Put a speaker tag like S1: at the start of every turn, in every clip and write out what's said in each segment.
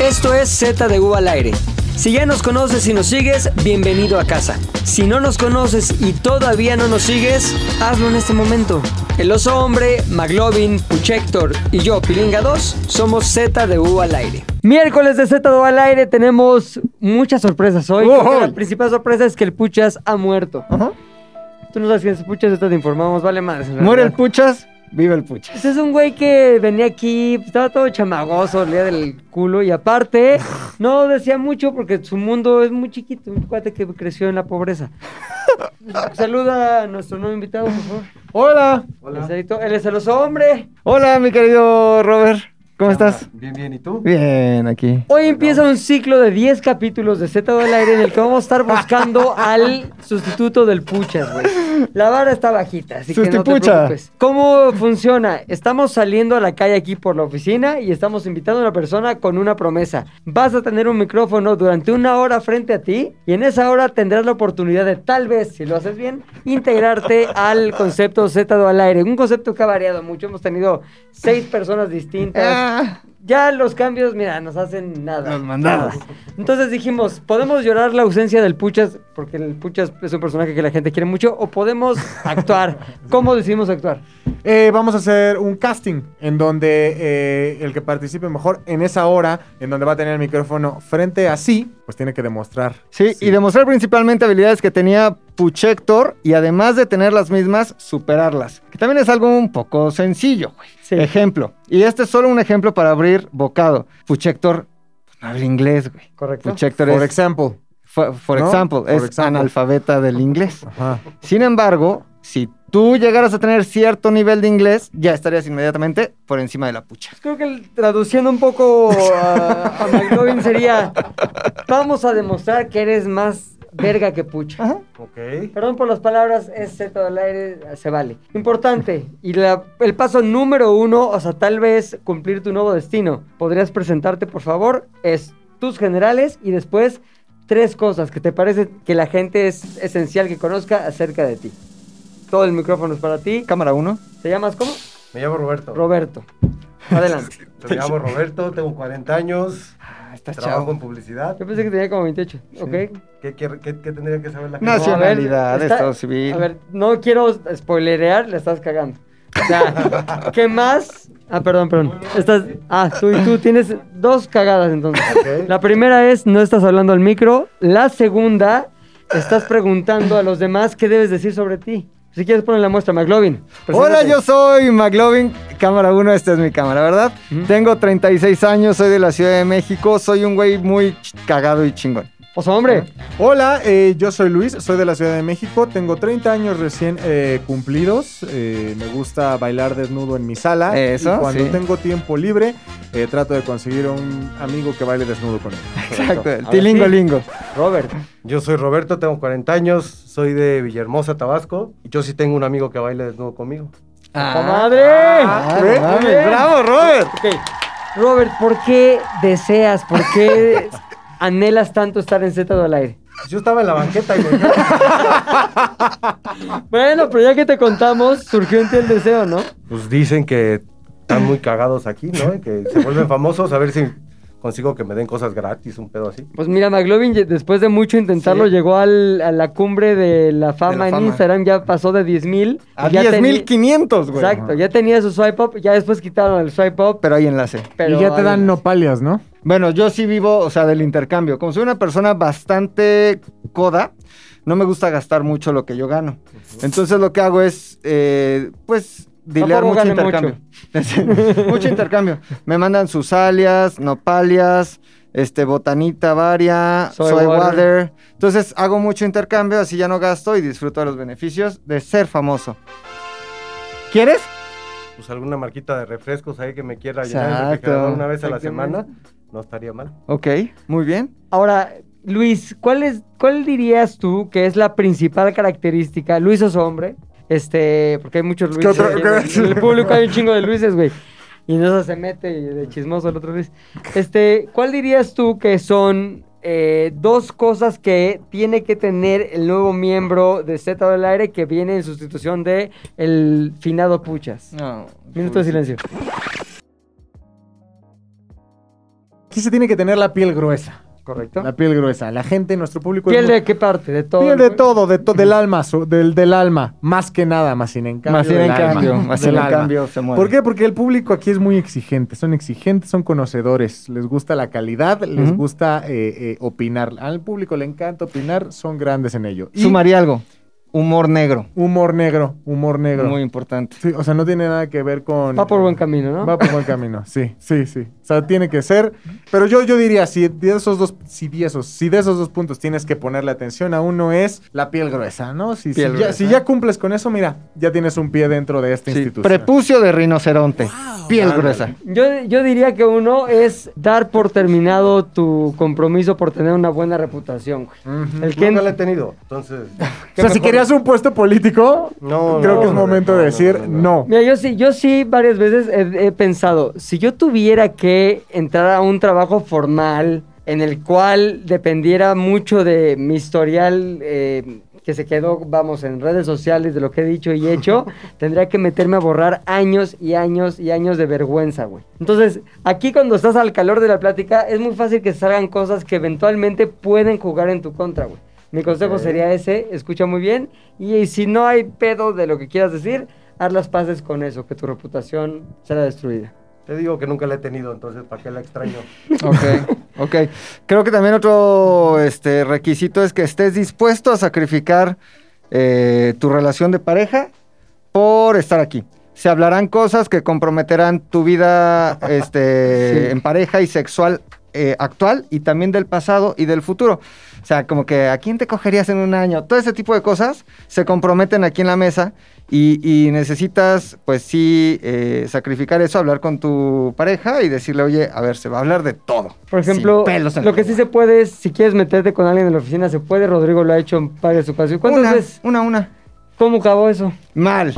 S1: Esto es Z de U al aire. Si ya nos conoces y nos sigues, bienvenido a casa. Si no nos conoces y todavía no nos sigues, hazlo en este momento. El oso hombre, Maglovin, Puchector y yo, Pilinga 2, somos Z de U al aire. Miércoles de Z de U al aire tenemos muchas sorpresas hoy. Creo que
S2: Ujú.
S1: La principal sorpresa es que el Puchas ha muerto. Tú no sabes quién es el Puchas, esto te informamos, vale más.
S2: Muere el puchas, vive el puchas.
S1: Pues es un güey que venía aquí, pues, estaba todo chamagoso, olía del culo y aparte no decía mucho porque su mundo es muy chiquito, un cuate que creció en la pobreza. Saluda a nuestro nuevo invitado, por favor.
S2: Hola,
S1: Lucerito, Él es el oso hombre.
S2: hola mi querido Robert, ¿cómo estás?
S3: Bien, bien, ¿y tú?
S2: Bien, aquí.
S1: Hoy empieza un ciclo de 10 capítulos de Z del aire en el que vamos a estar buscando al sustituto del Puchas, güey. La vara está bajita, así que no te
S2: Sustipucha.
S1: preocupes. ¿Cómo funciona? Estamos saliendo a la calle aquí por la oficina y estamos invitando a una persona con una promesa. Vas a tener un micrófono durante una hora frente a ti y en esa hora tendrás la oportunidad de, tal vez, si lo haces bien, integrarte al concepto Z del aire. Un concepto que ha variado mucho. Hemos tenido seis personas distintas.
S2: Ah,
S1: Ya los cambios, mira, nos hacen nada.
S2: Los mandados.
S1: Nada. Entonces dijimos, podemos llorar la ausencia del Puchas, porque el Puchas es un personaje que la gente quiere mucho, o podemos actuar. ¿Cómo decidimos actuar?
S3: Eh, vamos a hacer un casting en donde eh, el que participe mejor en esa hora, en donde va a tener el micrófono frente a sí, pues tiene que demostrar.
S2: sí, y demostrar principalmente habilidades que tenía Puchector y además de tener las mismas, superarlas. Que también es algo un poco sencillo, güey.
S1: Sí.
S2: Ejemplo. Y este es solo un ejemplo para abrir bocado. Puchector pues, no habla inglés, güey.
S1: Correcto.
S2: Puchector
S3: Por
S2: es,
S3: ejemplo.
S2: for, for
S3: ¿no?
S2: example,
S3: For
S2: es
S3: example.
S2: analfabeta del inglés.
S3: Ajá.
S2: Sin embargo, si tú llegaras a tener cierto nivel de inglés, ya estarías inmediatamente por encima de la pucha.
S1: Creo que el- traduciendo un poco a, a McLovin sería, vamos a demostrar que eres más verga que Pucha.
S3: Ok.
S1: Perdón por las palabras, es Z del aire, se vale. Importante, y la- el paso número uno, o sea, tal vez cumplir tu nuevo destino. Podrías presentarte, por favor, es tus generales y después tres cosas que te parece que la gente es esencial que conozca acerca de ti. Todo el micrófono es para ti.
S2: Cámara 1.
S1: ¿Te llamas cómo?
S4: Me llamo Roberto.
S1: Roberto. Adelante.
S4: Me llamo Roberto, tengo 40 años,
S2: Ah,
S1: Ah,
S2: Estás
S4: trabajo en publicidad.
S1: Yo pensé que tenía como 28. Ok.
S4: ¿Qué, quiere- qué- qué tendría que saber la gente?
S1: Nación.
S2: Nacionalidad,
S1: A ver, está-
S2: estado civil.
S1: A ver, no quiero spoilerear, la estás cagando. O sea, ¿qué más? Ah, perdón, perdón. Estás, ah, tú y tú tienes dos cagadas entonces.
S4: Ok.
S1: La primera es, no estás hablando al micro. La segunda, estás preguntando a los demás qué debes decir sobre ti. Si quieres poner la muestra, McLovin.
S2: Hola, yo soy McLovin, cámara 1, esta es mi cámara, ¿verdad?
S1: Ujú.
S2: Tengo 36 años, soy de la Ciudad de México, soy un güey muy ch- cagado y chingón.
S1: Pues hombre,
S3: Hola, eh, yo soy Luis, soy de la Ciudad de México, tengo 30 años recién eh, cumplidos, eh, me gusta bailar desnudo en mi sala.
S2: Eso,
S3: y cuando
S2: sí.
S3: tengo tiempo libre, eh, trato de conseguir un amigo que baile desnudo conmigo.
S2: Exacto, el
S1: Ahora
S2: tilingo
S1: sí.
S2: lingo.
S1: Robert.
S4: Yo soy Roberto, tengo 40 años, soy de Villahermosa, Tabasco. Yo sí tengo un amigo que baila desnudo conmigo.
S1: ¡Comadre!
S2: Ah,
S1: Muy
S2: no mames,
S1: bien.
S2: ¡Bravo, Robert!
S1: Ok. Robert, ¿por qué deseas, por qué anhelas tanto estar en Z del aire?
S4: Yo estaba en la banqueta y
S1: Bueno, pero ya que te contamos, surgió en ti el deseo, ¿no?
S4: pues dicen que están muy cagados aquí, ¿no? Y Que se vuelven famosos, a ver si consigo que me den cosas gratis, un pedo así.
S1: Pues mira, McLovin, ye- después de mucho intentarlo,
S2: Sí.
S1: llegó al- a la cumbre de la fama, en
S2: fama.
S1: Instagram, ya pasó de 10 mil.
S2: A 10.500, güey.
S1: Exacto, ya tenía su swipe up, ya después quitaron el swipe up.
S2: Pero ahí enlace.
S1: Pero, ay,
S3: nopalias, ¿no?
S2: Bueno, yo sí vivo, o sea, del intercambio. Como soy una persona bastante coda, no me gusta gastar mucho lo que yo gano. Entonces lo que hago es, eh, pues, dilear
S1: Tampoco
S2: mucho
S1: gane
S2: intercambio. mucho intercambio. Me mandan sus alias, nopalias, este, botanita varia,
S1: Soy
S2: soy,
S1: water.
S2: water. Entonces hago mucho intercambio, así ya no gasto y disfruto de los beneficios de ser famoso. ¿Quieres?
S4: Pues alguna marquita de refrescos ahí que me quiera llenar el
S2: Exacto.
S4: refrigerador una vez a la semana,
S1: Exactamente.
S4: no estaría mal.
S2: Ok, muy bien.
S1: Ahora, Luis, ¿cuál, es, ¿cuál dirías tú que es la principal característica? Luis es hombre, este, porque hay muchos Luises.
S2: otro-
S1: güey,
S2: qué-
S1: en el público hay un chingo de Luises, güey. Y en eso se mete de chismoso el otro Luis. Este, ¿cuál dirías tú que son eh, dos cosas que tiene que tener el nuevo miembro de Z del Aire que viene en sustitución de el finado Puchas?
S2: No.
S1: Minuto de silencio.
S3: Aquí se tiene que tener la piel gruesa.
S1: ¿Correcto?
S3: La piel gruesa. La gente, nuestro público... es
S1: ¿Piel
S3: muy-
S1: de qué parte? De todo.
S3: Pues piel
S1: el
S3: de
S1: cuerpo?
S3: todo, de to- del alma, su- del, del alma. Más que nada, más sin en cambio.
S2: Más sin
S3: del
S2: en
S3: alma.
S2: cambio, más sin
S3: Del
S2: en
S3: alma.
S2: cambio se muere.
S3: ¿Por qué? Porque el público aquí es muy exigente, son exigentes, son conocedores, les gusta la calidad, les
S2: Ujú.
S3: gusta eh, eh, opinar. Al público le encanta opinar, son grandes en ello. Y
S2: Sumaría algo. Humor negro.
S3: humor negro, humor negro.
S2: Muy importante.
S3: Sí, o sea, no tiene nada que ver con...
S1: Va por buen camino, ¿no?
S3: Va por buen camino, sí, sí, sí. O sea, tiene que ser. Pero yo, yo diría, si de esos dos, si de esos, si de esos dos puntos tienes que ponerle atención a uno es la piel gruesa, ¿no? Si, si
S2: Piel
S3: ya,
S2: gruesa.
S3: si ya cumples con eso, mira, ya tienes un pie dentro de esta
S2: Sí,
S3: institución.
S2: Prepucio de rinoceronte. Piel
S4: Ándale.
S2: gruesa.
S1: Yo, yo diría que uno es dar por terminado tu compromiso por tener una buena reputación, güey.
S3: Ujú.
S1: El que
S4: Nunca la he
S1: en-
S4: tenido. Entonces,
S3: O sea, si querías un puesto político,
S4: no,
S3: creo
S4: no,
S3: que es
S4: no,
S3: momento
S4: no,
S3: de
S4: no,
S3: decir
S4: no,
S3: no.
S4: no.
S1: Mira, yo sí, yo sí varias veces he, he pensado, si yo tuviera que entrar a un trabajo formal en el cual dependiera mucho de mi historial eh, que se quedó, vamos, en redes sociales de lo que he dicho y hecho, tendría que meterme a borrar años y años y años de vergüenza, güey. Entonces, aquí cuando estás al calor de la plática, es muy fácil que salgan cosas que eventualmente pueden jugar en tu contra, güey. Mi consejo sería ese, escucha muy bien. Y, y si no hay pedo de lo que quieras decir, haz las paces con eso, que tu reputación será destruida.
S4: Te digo que nunca la he tenido, entonces, ¿para qué la extraño?
S2: Ok, ok. Creo que también otro este, requisito es que estés dispuesto a sacrificar eh, tu relación de pareja por estar aquí. Se hablarán cosas que comprometerán tu vida este,
S1: Sí.
S2: en pareja y sexual eh, actual y también del pasado y del futuro. O sea, como que a quién te cogerías en un año. Todo ese tipo de cosas se comprometen aquí en la mesa y, y necesitas, pues sí, eh, sacrificar eso, hablar con tu pareja y decirle, oye, a ver, se va a hablar de todo.
S1: Por ejemplo,
S2: Sin pelos en
S1: lo
S2: la
S1: que sí
S2: lengua.
S1: se puede es, si quieres meterte con alguien en la oficina, se puede. Rodrigo lo ha hecho en varias ocasiones. ¿Cuántas
S2: Una,
S1: veces?
S2: Una, una.
S1: ¿Cómo acabó eso?
S2: Mal.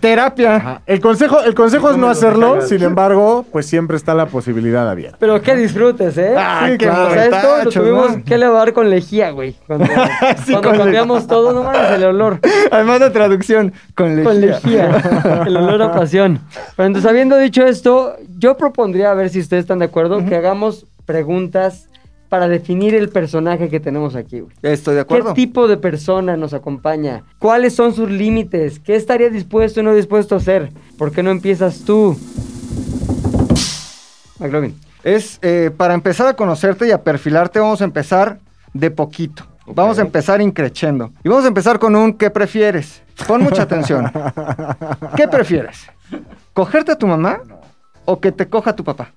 S2: Terapia.
S3: Ajá. El consejo, el consejo es
S4: No me
S3: no
S4: lo
S3: hacerlo,
S4: digas.
S3: sin embargo, pues siempre está la posibilidad abierta.
S1: Pero que disfrutes, ¿eh?
S2: Ah,
S1: Sí,
S2: qué
S1: claro. O sea, esto lo
S2: borrachos,
S1: tuvimos
S2: ¿no?
S1: que elevar con lejía, güey. Cuando, cuando
S2: con
S1: cambiamos todo, no mames, el olor.
S2: Además de traducción, con lejía.
S1: Con lejía. El olor a pasión. Pero entonces, habiendo dicho esto, yo propondría, a ver si ustedes están de acuerdo, que hagamos preguntas para definir el personaje que tenemos aquí, güey.
S2: Estoy de
S1: ¿Qué
S2: acuerdo.
S1: tipo de persona nos acompaña? ¿Cuáles son sus límites? ¿Qué estaría dispuesto y no dispuesto a hacer? ¿Por qué no empiezas tú? McLovin.
S2: Es eh, para empezar a conocerte y a perfilarte, vamos a empezar de poquito. Vamos a empezar increchendo. Y vamos a empezar con un ¿qué prefieres? Pon mucha atención. ¿Qué prefieres? ¿Cogerte a tu mamá o que te coja tu papá?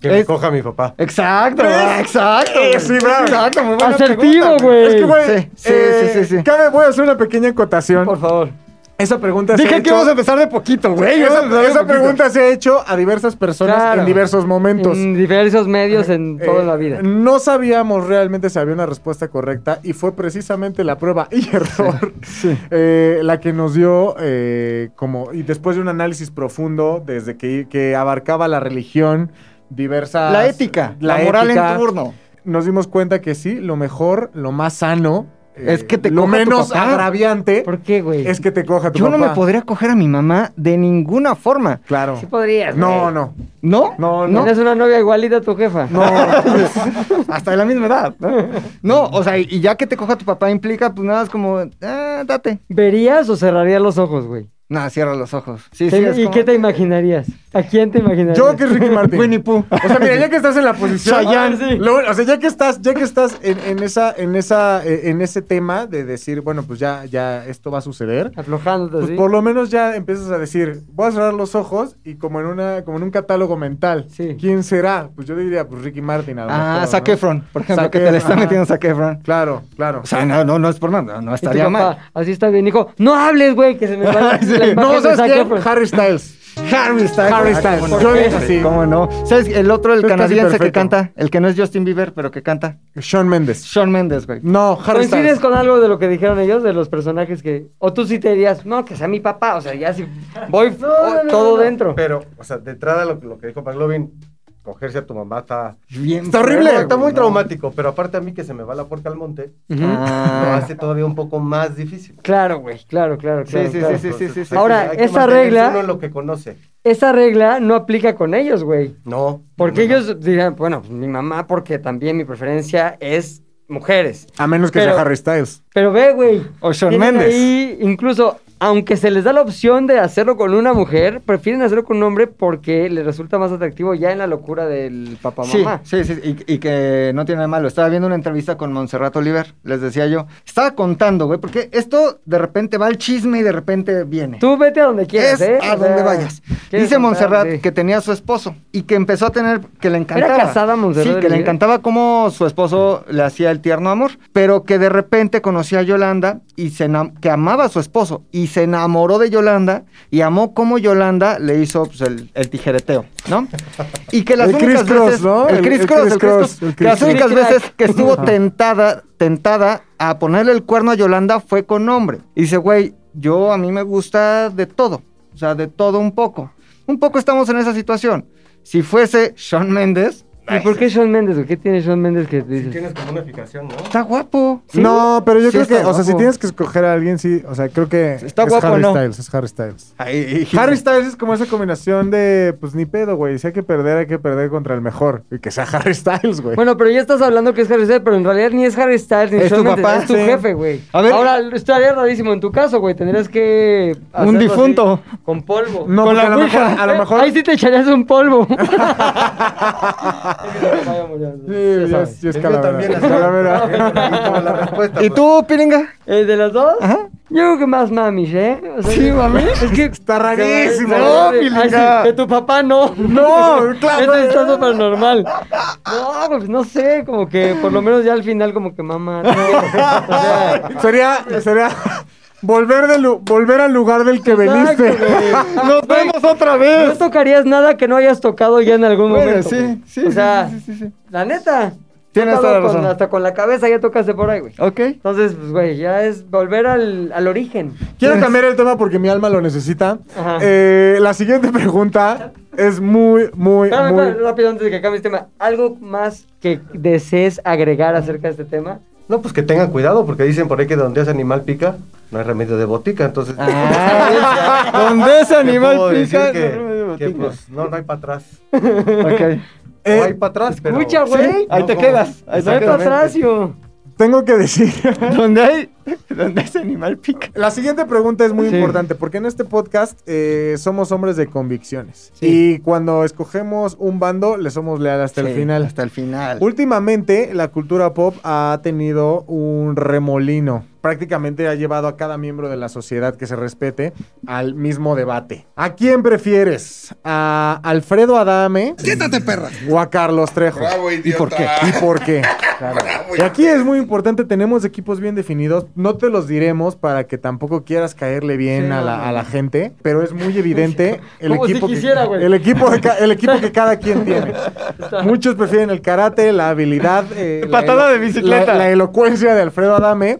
S4: Que me
S2: Es-
S4: coja mi papá.
S2: Exacto, exacto.
S3: Eh, sí, bravo.
S2: Exacto, muy buena
S1: Asertivo,
S2: pregunta.
S1: güey.
S3: Es que, güey,
S2: Sí, sí,
S3: eh,
S2: sí, sí, sí.
S3: cabe- voy a hacer una pequeña acotación.
S1: Por favor.
S3: Esa pregunta se ha
S2: Dije que
S3: hecho-
S2: íbamos a empezar de poquito, güey.
S3: esa,
S2: Vamos a empezar de
S3: esa
S2: poquito.
S3: pregunta se ha hecho a diversas personas
S1: Claro.
S3: en diversos momentos.
S1: En diversos medios en
S3: Eh,
S1: toda la vida.
S3: No sabíamos realmente si había una respuesta correcta y fue precisamente la prueba y error eh, la que nos dio eh, como y después de un análisis profundo desde que, que abarcaba la religión diversas
S2: La ética, la, moral
S3: ética,
S2: en turno.
S3: nos dimos cuenta que sí lo mejor lo más sano eh,
S2: Es que te
S3: lo
S2: coja tu
S3: menos
S2: papá.
S3: agraviante
S1: ¿Por qué, güey?
S3: es que te coja tu
S2: Yo
S3: papá.
S2: no me podría coger a mi mamá de ninguna forma.
S3: Claro.
S1: Sí podrías.
S3: No,
S1: güey.
S3: no.
S2: ¿No?
S3: No, no.
S1: Tienes una novia igualita a tu jefa.
S2: Hasta de la misma edad. ¿no? No, o sea, y ya que te coja tu papá implica, pues nada, es como, ah, date.
S1: ¿Verías o cerrarías los ojos, güey?
S2: Nada, cierra los ojos. Sí, sí,
S1: ¿Te-
S2: es
S1: ¿Y
S2: como-
S1: qué te imaginarías? ¿A quién te imaginarías?
S3: Yo que es Ricky Martin.
S2: Winnie Pooh.
S3: O sea, mira, ya que estás en la posición.
S1: Chayanne.
S3: Ah, sí. Lo bueno, o sea, ya que estás, ya que estás en, en esa, en esa, eh, en ese tema de decir, bueno, pues ya, ya esto va a suceder.
S1: Aflojándote
S3: Pues
S1: así.
S3: por lo menos ya empiezas a decir, voy a cerrar los ojos y como en una, como en un catálogo mental.
S1: Sí.
S3: ¿Quién será? Pues yo diría, pues Ricky Martin a lo
S2: Ah,
S3: mejor,
S2: Zac
S3: ¿no?
S2: Efron, por ejemplo,
S3: Zac
S2: que te le está
S3: Efron,
S2: metiendo
S3: ajá.
S2: Zac Efron.
S3: Claro, claro.
S2: O sea, no, no, no es por nada, no
S1: Y tu
S2: estaría mal.
S1: papá, Así está bien, hijo. No hables, güey, que se me va la,
S2: Sí.
S1: la imagen
S3: No,
S1: de
S3: ¿sabes
S1: Zac
S3: quién?
S1: Efron.
S3: Harry Styles.
S2: Harry Styles.
S3: Harry
S2: Ah,
S3: Styles.
S2: ¿cómo no?
S3: Yo dije sí.
S2: ¿Cómo no? ¿Sabes? El otro, el
S3: Es casi
S2: canadiense que
S3: perfecto.
S2: canta, el que no es Justin Bieber, pero que canta.
S3: Sean Mendes.
S2: Sean Mendes, güey. Pues
S3: No, Harry
S1: ¿Coincides
S3: Styles.
S1: con algo de lo que dijeron ellos, de los personajes que... O tú sí te dirías, no, que sea mi papá, o sea, ya si voy o-
S4: no,
S1: todo
S4: no, no.
S1: dentro.
S4: Pero, o sea, de entrada lo, lo que dijo Paglovin, cogerse a tu mamá está,
S2: Bien
S3: Está
S2: feo,
S3: horrible,
S2: güey,
S4: está muy
S2: no.
S4: traumático, pero aparte a mí que se me va la puerta al monte,
S1: Ujú.
S4: lo
S2: Ah,
S4: hace todavía un poco más difícil.
S1: Claro, güey, claro, claro,
S2: Sí,
S1: claro.
S2: sí, sí,
S1: claro.
S2: sí.
S1: Ahora,
S4: hay que
S1: esa
S4: mantenerse
S1: regla-
S4: Uno en lo que conoce.
S1: Esa regla no aplica con ellos, güey.
S4: No.
S1: Porque
S4: no, no.
S1: ellos dirán, bueno, pues, mi mamá, porque también mi preferencia es mujeres.
S3: A menos que
S1: Pero-
S3: sea Harry Styles.
S1: Pero ve, güey.
S2: O Shawn
S1: tienen
S2: Mendes.
S1: ahí, incluso, aunque se les da la opción de hacerlo con una mujer, prefieren hacerlo con un hombre porque les resulta más atractivo ya en la locura del papá
S2: Sí,
S1: mamá.
S2: sí, sí, y, y que no tiene nada de malo. Estaba viendo una entrevista con Montserrat Oliver, les decía yo. Estaba contando, güey, porque esto de repente va el chisme y de repente viene.
S1: Tú vete a donde quieras,
S2: es
S1: ¿eh?
S2: a
S1: O
S2: donde
S1: sea,
S2: vayas.
S1: ¿quieres
S2: Dice
S1: contar?
S2: Montserrat
S1: Sí.
S2: que tenía a su esposo y que empezó a tener, que le encantaba.
S1: casada Montserrat
S2: Sí, que le
S1: Oliver?
S2: encantaba cómo su esposo le hacía el tierno amor, pero que de repente conocía a Yolanda y se enam- que amaba a su esposo y se enamoró de Yolanda y amó cómo Yolanda le hizo pues, el, el tijereteo, ¿no? Y que las
S3: El
S2: únicas
S3: criss-cross,
S2: veces,
S3: ¿no?
S2: el
S3: El-
S2: criss
S3: el
S2: cross, el
S3: criss-cross,
S2: criss-cross,
S3: el
S2: que las
S3: criss-cross.
S2: únicas veces que estuvo
S3: Ajá.
S2: tentada, tentada a ponerle el cuerno a Yolanda fue con hombre. Y dice, güey, yo a mí me gusta de todo. O sea, de todo un poco. Un poco estamos en esa situación. Si fuese Sean Méndez,
S1: ¿Y por qué Sean Méndez? güey? ¿Qué tiene Sean Méndez que
S4: Sí
S1: dices?
S4: tienes como una fijación, ¿no?
S2: está guapo.
S1: Sí.
S3: No, pero yo
S2: Sí
S3: creo que,
S2: está
S3: o sea, si
S2: guapo.
S3: tienes que escoger a alguien, sí, o sea, creo que
S2: ¿Está
S3: es
S2: guapo o
S3: Harry
S2: no?
S3: Styles, es Harry Styles.
S2: Ay,
S3: Harry Styles es como esa combinación de, pues ni pedo, güey. Si hay que perder, hay que perder contra el mejor. Y que sea Harry Styles, güey.
S1: Bueno, pero ya estás hablando que es Harry Styles, pero en realidad ni es Harry Styles ni
S2: Es
S1: Shawn
S2: tu
S1: Mendes,
S2: papá,
S1: es tu
S2: sí.
S1: jefe, güey.
S2: A ver.
S1: Ahora, estaría rarísimo en tu caso, güey. Tendrías que. hacerlo
S2: Un difunto.
S1: así, con polvo.
S3: No,
S2: con
S3: porque
S2: la
S3: a lo mejor,
S2: ouija.
S3: a lo
S1: Eh,
S3: mejor-
S1: Ahí sí te echarías un polvo.
S3: Sí, ya es,
S1: sabes.
S3: ya es
S4: El mío
S3: calavera.
S4: también, así.
S3: calavera.
S4: Ahí tuvo la respuesta,
S2: ¿Y
S4: pues.
S2: tú, Piringa?
S1: Eh, ¿De las dos?
S2: Ajá.
S1: Yo creo que más mamis, ¿eh? O sea,
S2: Sí,
S1: yo-
S2: mamis.
S1: Es que.
S3: Está rarísimo.
S1: No,
S2: Pilinga.
S1: de tu papá no.
S3: No,
S1: Eso
S3: claro.
S1: está súper normal. No, pues no sé, como que por lo menos ya al final, como que mamá. No, o sea,
S3: Sería, sería volver, del lu- volver al lugar del que
S1: Exacto,
S3: veniste.
S1: güey.
S2: ¡Nos vemos otra vez!
S1: No tocarías nada que no hayas tocado ya en algún
S2: Bueno,
S1: momento.
S2: sí,
S1: güey.
S2: sí,
S1: O
S2: sí,
S1: sea,
S2: sí, sí, sí, sí.
S1: la neta.
S2: Tienes
S1: tocado
S2: toda la
S1: con-
S2: razón.
S1: Hasta con la cabeza ya tocaste por ahí, güey.
S2: Ok.
S1: Entonces, pues, güey, ya es volver al, al origen.
S3: Quiero cambiar el tema porque mi alma lo necesita.
S1: Ajá.
S3: Eh, la siguiente pregunta es muy, muy,
S1: Espérame,
S3: muy...
S1: espérame, rápido antes de que cambies tema. ¿Algo más que desees agregar acerca de este tema?
S4: No, pues que tengan cuidado, porque dicen por ahí que donde ese animal pica, no hay remedio de botica. Entonces,
S2: Ah, donde ese
S4: ¿qué
S2: animal
S4: puedo decir
S2: pica,
S4: que,
S2: no me
S4: que,
S2: botica.
S4: pues, no, no hay para atrás.
S2: Ok.
S4: no
S3: Eh,
S4: hay para atrás, pero-
S1: escucha, güey.
S2: Sí, ahí
S4: No,
S2: te
S4: ¿cómo?
S2: quedas. Ahí te
S1: No hay
S2: quedas.
S1: para atrás, yo.
S3: tengo que decir...
S2: Donde hay, donde ese animal pica.
S3: La siguiente pregunta es muy
S1: Sí.
S3: importante porque en este podcast eh, somos hombres de convicciones.
S1: Sí.
S3: Y cuando escogemos un bando, le somos leales hasta el
S2: Sí,
S3: final.
S2: Hasta el final.
S3: Últimamente, la cultura pop ha tenido un remolino. Prácticamente ha llevado a cada miembro de la sociedad que se respete al mismo debate. ¿A quién prefieres? ¿A Alfredo Adame? ¡Quítate, perra! ¿O a Carlos Trejo?
S5: Bravo,
S3: ¿Y por qué?
S5: idiota.
S3: ¿Y por qué? Y aquí es muy importante, tenemos equipos bien definidos. No te los diremos para que tampoco quieras caerle bien
S1: Sí,
S3: a,
S1: no,
S3: la,
S1: no.
S3: a la gente, pero es muy evidente el
S1: Como si
S3: equipo,
S1: quisiera,
S3: que,
S1: güey.
S3: el, equipo de ca- el equipo que cada quien tiene. Muchos prefieren el karate, la habilidad. eh, la
S2: Patada
S3: elo-
S2: de bicicleta.
S3: La, la elocuencia de Alfredo Adame.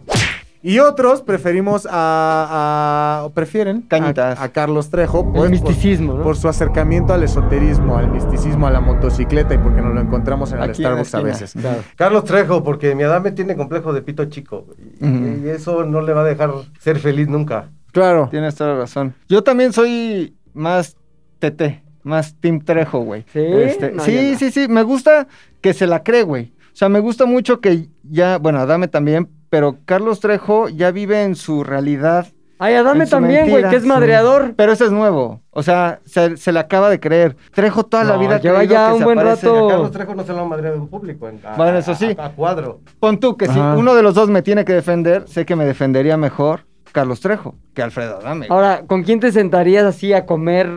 S3: Y otros preferimos a. a- o prefieren. a-
S2: Cañitas.
S3: A, Carlos Trejo.
S1: El
S3: pues, por-
S1: misticismo, ¿no?
S3: por su acercamiento al esoterismo, al misticismo, a la motocicleta y porque nos lo encontramos en el
S2: Aquí en la
S3: Starbucks a
S2: esquina.
S3: veces.
S1: Claro.
S4: Carlos Trejo, porque mi Adame tiene complejo de pito chico. Y,
S2: Ujú.
S4: y eso no le va a dejar ser feliz nunca.
S3: Claro.
S2: Tienes toda la razón. Yo también soy más TT, más Tim Trejo, güey.
S1: ¿Sí?
S2: Este,
S1: No, yo
S2: sí,
S1: no.
S2: sí, sí. Me gusta que se la cree, güey. O sea, me gusta mucho que ya, bueno, Adame también, pero Carlos Trejo ya vive en su realidad.
S1: Ay, Adame
S2: en su
S1: también, güey,
S2: mentira.
S1: que es
S2: Sí.
S1: madreador.
S2: Pero ese es nuevo. O sea, se, se le acaba de creer. Trejo toda la
S1: No,
S2: vida. ha
S1: lleva
S2: creído
S1: ya
S2: que
S1: un
S2: se
S1: buen
S2: aparece-
S1: rato.
S4: Carlos Trejo no se lo ha madreado en público. en- a-
S2: Oh. Bueno, eso sí.
S4: A, a cuadro.
S2: Pon tú que si
S3: Ajá.
S2: uno de los dos me tiene que defender, sé que me defendería mejor Carlos Trejo que Alfredo Adame.
S1: Ahora, ¿con quién te sentarías así a comer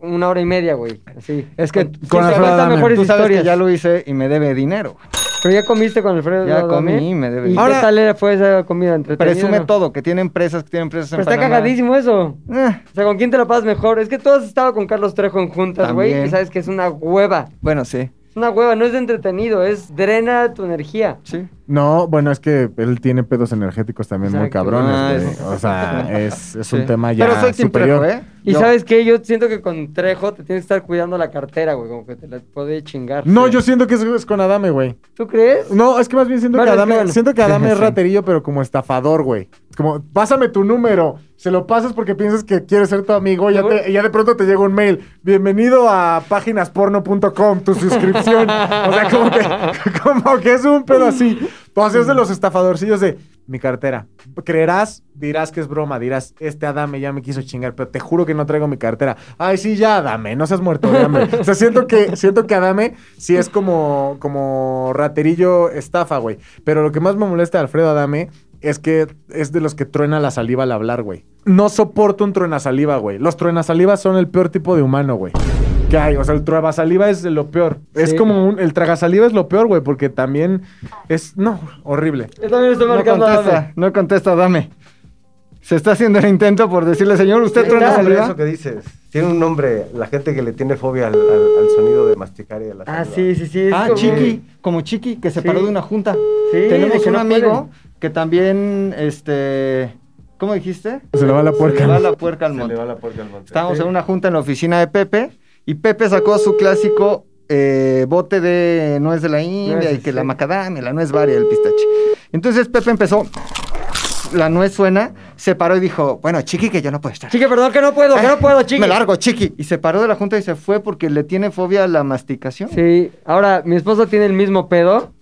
S1: una hora y media, güey? Así. Eh,
S2: Es que
S1: ¿Quién
S3: con
S1: te
S3: Alfredo
S1: cuenta
S3: Adame.
S1: mejores
S2: Tú sabes que
S1: historias?
S2: ya lo hice y me debe dinero.
S1: Pero ya comiste con Alfredo
S2: Ya
S1: Adame.
S2: comí, me debe
S1: ¿Y
S2: dinero.
S1: qué
S3: Ahora-
S1: tal era- fue esa comida? ¿Entretenida,
S2: Presume
S1: no?
S2: todo, que tiene empresas, que tiene empresas en
S1: Pero está
S2: Panamá.
S1: cagadísimo eso.
S2: Eh,
S1: O sea, ¿con quién te la pasas mejor? Es que tú has estado con Carlos Trejo en juntas, güey.
S2: También.
S1: Y sabes que es una hueva.
S2: bueno, sí.
S1: una hueva, no es de entretenido, es drena tu energía.
S2: Sí.
S3: No, bueno, es que él tiene pedos energéticos también muy
S1: Exacto.
S3: cabrones,
S2: Ah,
S3: güey.
S2: es-
S3: O sea, es, es un
S2: Sí.
S3: tema ya
S2: Pero soy team
S3: superior.
S2: Trejo, ¿eh?
S1: Y
S2: Yo-
S1: sabes qué, yo siento que con Trejo te tienes que estar cuidando la cartera, güey, como que te la puede chingar.
S3: No, yo siento que es, es con Adame, güey.
S1: ¿Tú crees?
S3: No, es que más bien siento
S1: Bueno,
S3: que
S1: es
S3: Adame,
S1: que bueno.
S3: siento que Adame
S2: Sí,
S3: es
S2: sí.
S3: raterillo, pero como estafador, güey. Es Como, pásame tu número. Se lo pasas porque piensas que quiere ser tu amigo y ya,
S1: Seguro.
S3: te- y ya de pronto te llega un mail. Bienvenido a páginasporno.com, tu suscripción. o sea, como que, como que es un pedo así. O sea, es de los estafadorcillos de mi cartera. Creerás, dirás que es broma, dirás, este Adame ya me quiso chingar, pero te juro que no traigo mi cartera. Ay, sí, ya Adame, no seas muerto de hambre. O sea, siento que, siento que Adame sí es como, como raterillo estafa, güey. Pero lo que más me molesta de Alfredo Adame es que es de los que truena la saliva al hablar, güey. No soporto un truena saliva, güey. Los truenasalivas son el peor tipo de humano, güey. Que hay, o sea, el trueba saliva es lo peor. Es
S1: Sí.
S3: como un. El tragasaliva es lo peor, güey, porque también es. No, horrible.
S1: Yo también estoy
S2: No
S1: marcando a Adame.
S2: contesta, no contesta, dame. Se está haciendo el intento por decirle, señor, ¿usted
S1: Sí,
S2: truena
S1: está.
S2: saliva?
S4: Eso que dices. Tiene un nombre, la gente que le tiene fobia al, al- al sonido de masticar y a la
S1: Ah,
S4: saliva.
S1: sí, sí, sí. es
S2: Ah,
S1: como-
S2: Chiqui, como Chiqui, que se
S1: Sí.
S2: paró de una junta.
S1: Sí, de
S2: Tenemos
S1: que
S2: un
S1: no
S2: amigo
S1: pueden.
S2: que también, este, ¿cómo dijiste?
S3: Se le va la
S2: Se le
S3: puerca.
S2: va la puerca al
S4: Se le
S2: monte.
S4: va la puerca al monte.
S2: Estábamos en una junta en la oficina de Pepe y Pepe sacó su clásico eh, bote de nuez de la India
S1: Nueces,
S2: y que
S1: sí.
S2: la macadamia, la nuez varia, el pistache. Entonces Pepe empezó, la nuez suena, se paró y dijo, bueno, Chiqui, que yo no puedo estar. Ah,
S1: Chiqui, perdón que no puedo, que no puedo, Chiqui.
S2: Me largo, Chiqui. Y se paró de la junta y se fue porque le tiene fobia a la masticación.
S1: Sí, ahora mi esposa tiene el mismo pedo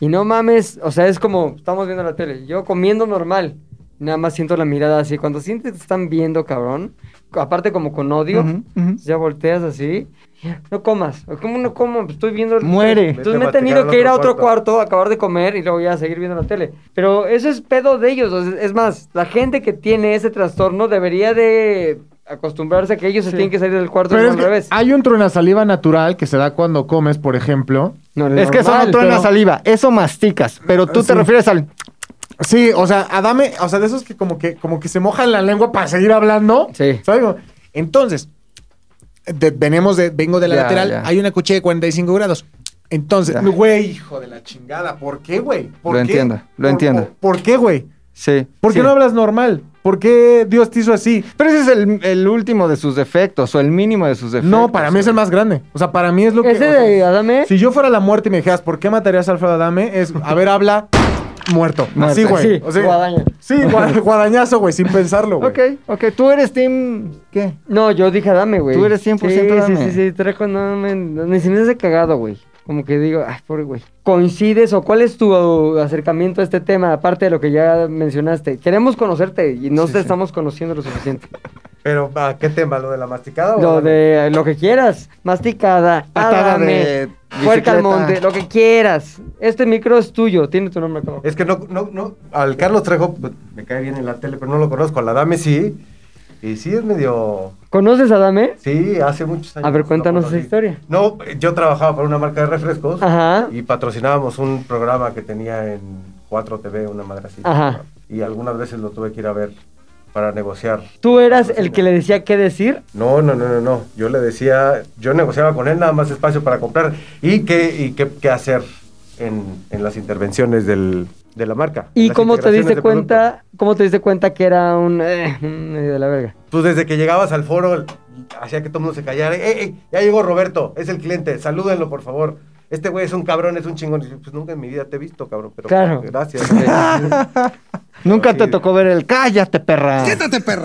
S1: y no mames, o sea, es como estamos viendo la tele, yo comiendo normal, nada más siento la mirada así, cuando sientes que te están viendo, cabrón, aparte como con odio, pues
S2: Ujú, ujú.
S1: ya volteas así, no comas, o como no como, pues estoy viendo...
S2: Muere.
S1: Entonces me he
S4: Vete a
S1: tenido
S4: masticar
S1: que
S4: al
S1: ir a
S4: otro
S1: otro cuarto, acabar de comer y luego ya seguir viendo la tele. Pero eso es pedo de ellos, o sea, es más, la gente que tiene ese trastorno debería de acostumbrarse a que ellos se tienen que salir del cuarto y
S3: Pero
S1: no
S3: es
S1: al
S3: que
S1: revés.
S3: hay un truenasaliva natural que se da cuando comes, por ejemplo.
S1: No,
S2: Es que eso
S1: normal,
S2: no truena
S1: pero-
S2: saliva, eso masticas, pero tú te
S3: Sí.
S2: refieres al...
S3: Sí, o sea, Adame, o sea, de esos que como que, como que se mojan la lengua para seguir hablando.
S1: Sí.
S3: ¿Sabes? Como, Entonces, de- venimos de, vengo de la
S2: Ya,
S3: lateral,
S2: ya.
S3: hay una cuchilla de 45 grados. Entonces,
S2: Ya.
S3: güey, hijo de la chingada, ¿por qué, güey? ¿Por
S2: Lo
S3: qué?
S2: entiendo, lo
S3: ¿Por-
S2: entiendo.
S3: ¿Por, por qué, güey?
S2: Sí.
S3: ¿Por qué
S2: sí.
S3: no hablas normal? ¿Por qué Dios te hizo así?
S2: Pero ese es el, el último de sus defectos o el mínimo de sus defectos.
S3: No, para mí es el más grande. O sea, para mí es lo que...
S1: ¿Ese
S3: o sea,
S1: de Adame?
S3: Si yo fuera la muerte y me dijeras, ¿por qué matarías a Alfredo Adame? Es, a ver, habla, muerto.
S2: Muerto.
S3: Así, güey.
S1: Sí,
S3: O sea,
S1: guadaña.
S3: Sí, gua- guadañazo, güey, sin pensarlo, güey.
S2: Ok, ok. ¿Tú eres team qué?
S1: No, yo dije dame, güey.
S2: Tú eres 100%
S1: sí,
S2: dame.
S1: Sí, sí, sí, Trejo, no, me, no, ni se me hace cagado, güey. Como que digo, ay, pobre güey. ¿Coincides o cuál es tu acercamiento a este tema, aparte de lo que ya mencionaste? Queremos conocerte y no te estamos conociendo lo suficiente.
S4: Pero, ¿a qué tema? ¿Lo de la masticada? o
S1: lo
S4: la-
S1: de eh, lo que quieras, masticada,
S2: Patada
S1: dame,
S2: Ah, de
S1: puerta
S2: bicicleta.
S1: al monte, lo que quieras. Este micro es tuyo, tiene tu nombre acá. abajo.
S4: Es que no, no, no. Al Carlos Trejo pues, me cae bien en la tele, pero no lo conozco. Al Adame sí. Y sí es medio.
S1: ¿Conoces a Dame?
S4: Sí, hace muchos años.
S1: A ver,
S4: lo
S1: cuéntanos
S4: conocí.
S1: esa historia.
S4: No, yo trabajaba para una marca de refrescos
S1: Ajá.
S4: y patrocinábamos un programa que tenía en 4TV, una madre así.
S1: Ajá.
S4: Y algunas veces lo tuve que ir a ver para negociar.
S1: ¿Tú eras el que le decía qué decir?
S4: No, no, no, no, no. Yo le decía, yo negociaba con él nada más espacio para comprar y qué, y qué, qué hacer en, en las intervenciones del, de la marca. en
S1: ¿Y
S4: las
S1: cómo te
S4: integraciones
S1: diste
S4: de
S1: cuenta, cómo te diste cuenta que era un eh, un medio de la verga?
S4: producto. Pues desde que llegabas al foro, hacía que todo el mundo se callara. ¡Ey, ey! Ya llegó Roberto, es el cliente, salúdenlo por favor. Este güey es un cabrón, es un chingón. Y yo, Pues nunca en mi vida te he visto, cabrón, pero
S1: Claro.
S4: gracias.
S2: Nunca
S4: sí.
S2: te tocó ver el cállate, perra.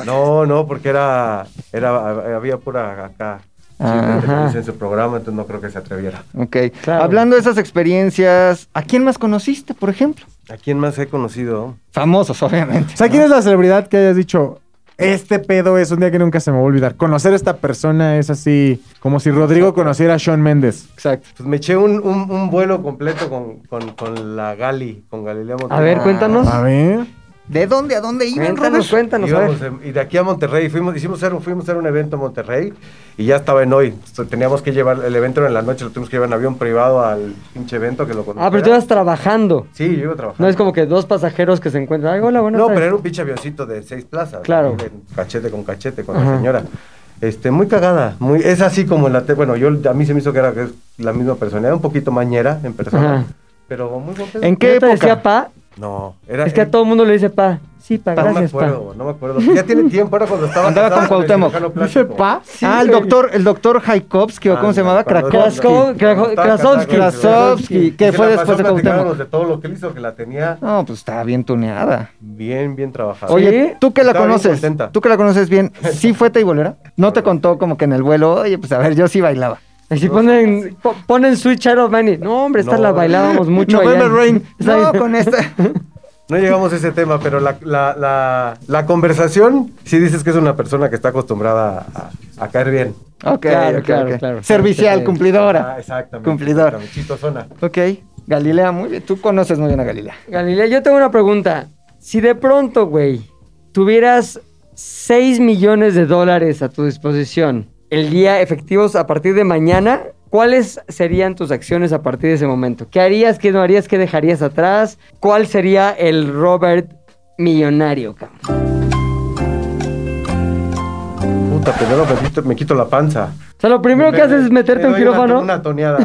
S4: No, no, porque era, era había pura acá.
S2: Ajá.
S4: Siempre te en su programa, entonces no creo que se atreviera.
S2: Ok.
S1: Claro.
S2: Hablando de esas experiencias, ¿a quién más conociste, por ejemplo?
S4: ¿A quién más he conocido?
S2: Famosos, obviamente.
S3: O sea, ¿quién es la celebridad que hayas dicho, este pedo es un día que nunca se me va a olvidar? Conocer a esta persona es así, como si Rodrigo conociera a Sean Méndez.
S2: Exacto.
S4: Pues me eché un, un- un vuelo completo con, con- con la Gali, con Galilea Montijo.
S1: A ver, cuéntanos.
S3: Ah, A ver.
S2: ¿De dónde a dónde iban, Robert?
S1: Cuéntanos, cuéntanos, a
S4: Íbamos
S1: ver.
S4: en- y de aquí a Monterrey, fuimos, hicimos hacer, un- fuimos a hacer un evento en Monterrey y ya estaba en hoy. So, Teníamos que llevar el evento en la noche, lo tuvimos que llevar en avión privado al pinche evento que lo conocía.
S1: Ah, pero tú ibas trabajando.
S4: Sí, yo iba trabajando.
S1: No es como que dos pasajeros que se encuentran. Ay, hola, buenas
S4: No,
S1: tardes.
S4: pero era un pinche avioncito de seis plazas.
S1: Claro.
S4: de Cachete con cachete con
S1: Ajá.
S4: la señora. Este, muy cagada, muy, es así como la, te- bueno, yo, a mí se me hizo que era que es la misma personalidad, un poquito mañera en persona,
S1: Ajá.
S4: pero muy buen pedo.
S2: ¿En
S1: Yo
S2: qué
S1: te
S2: época?
S1: decía pa?
S4: No, era...
S1: Es que a todo mundo le dice pa. Sí, pa,
S4: no me
S1: gracias, pa.
S4: acuerdo, no me acuerdo. Ya tiene tiempo, era cuando estaba...
S2: Andaba con
S4: casado el
S2: Cuauhtémoc.
S4: cirujano
S3: ¿Dice
S4: plástico.
S3: pa?
S2: ah, el
S1: güey.
S2: doctor, el doctor Jaikowski, o
S4: Ah,
S2: cómo se llamaba,
S4: Cuando-
S2: Krakowski.
S1: Krasko- Krajo-
S4: Estaba
S1: Krasovsky.
S4: casado con-
S2: Krasovsky, que
S4: se
S2: fue
S4: la
S2: después
S4: pasó
S2: de Cuauhtémoc.
S4: platicándonos de todo lo que él hizo, que la tenía
S2: No, pues estaba bien tuneada.
S4: bien, bien trabajada.
S2: Oye, tú que la
S4: Estaba bien
S2: conoces,
S4: contenta.
S2: tú que la conoces bien, ¿sí fue teibolera? ¿No te contó como que en el vuelo, oye, pues a ver, yo sí bailaba?
S1: Así ponen, po- ponen Sweet Child of Mine. No, hombre, esta
S4: No.
S1: la bailábamos Pues mucho. allá
S2: November
S1: en-
S2: Rain.
S1: Está
S2: No,
S1: bien.
S2: con esta.
S4: No llegamos a ese tema, pero la, la, la, la conversación, si dices que es una persona que está acostumbrada a, a caer bien.
S2: Ok,
S1: Claro,
S2: ok,
S1: claro,
S2: ok.
S1: claro.
S2: Servicial,
S1: Sí.
S2: cumplidora.
S4: Ah, exactamente.
S2: Cumplidor.
S4: exactamente, Chistosona.
S2: Ok, Galilea, muy bien. Tú conoces muy bien a Galilea.
S1: Galilea, yo tengo una pregunta. Si de pronto, güey, tuvieras 6 millones de dólares a tu disposición el día efectivos a partir de mañana, ¿cuáles serían tus acciones a partir de ese momento? ¿Qué harías, qué no harías, qué dejarías atrás? ¿Cuál sería el Robert millonario, cabrón?
S4: Puta, primero me quito, me quito la panza.
S1: O sea, lo primero que
S4: Me-
S1: haces es meterte
S4: me
S1: en
S4: doy
S1: quirófano.
S4: Una, una toneada.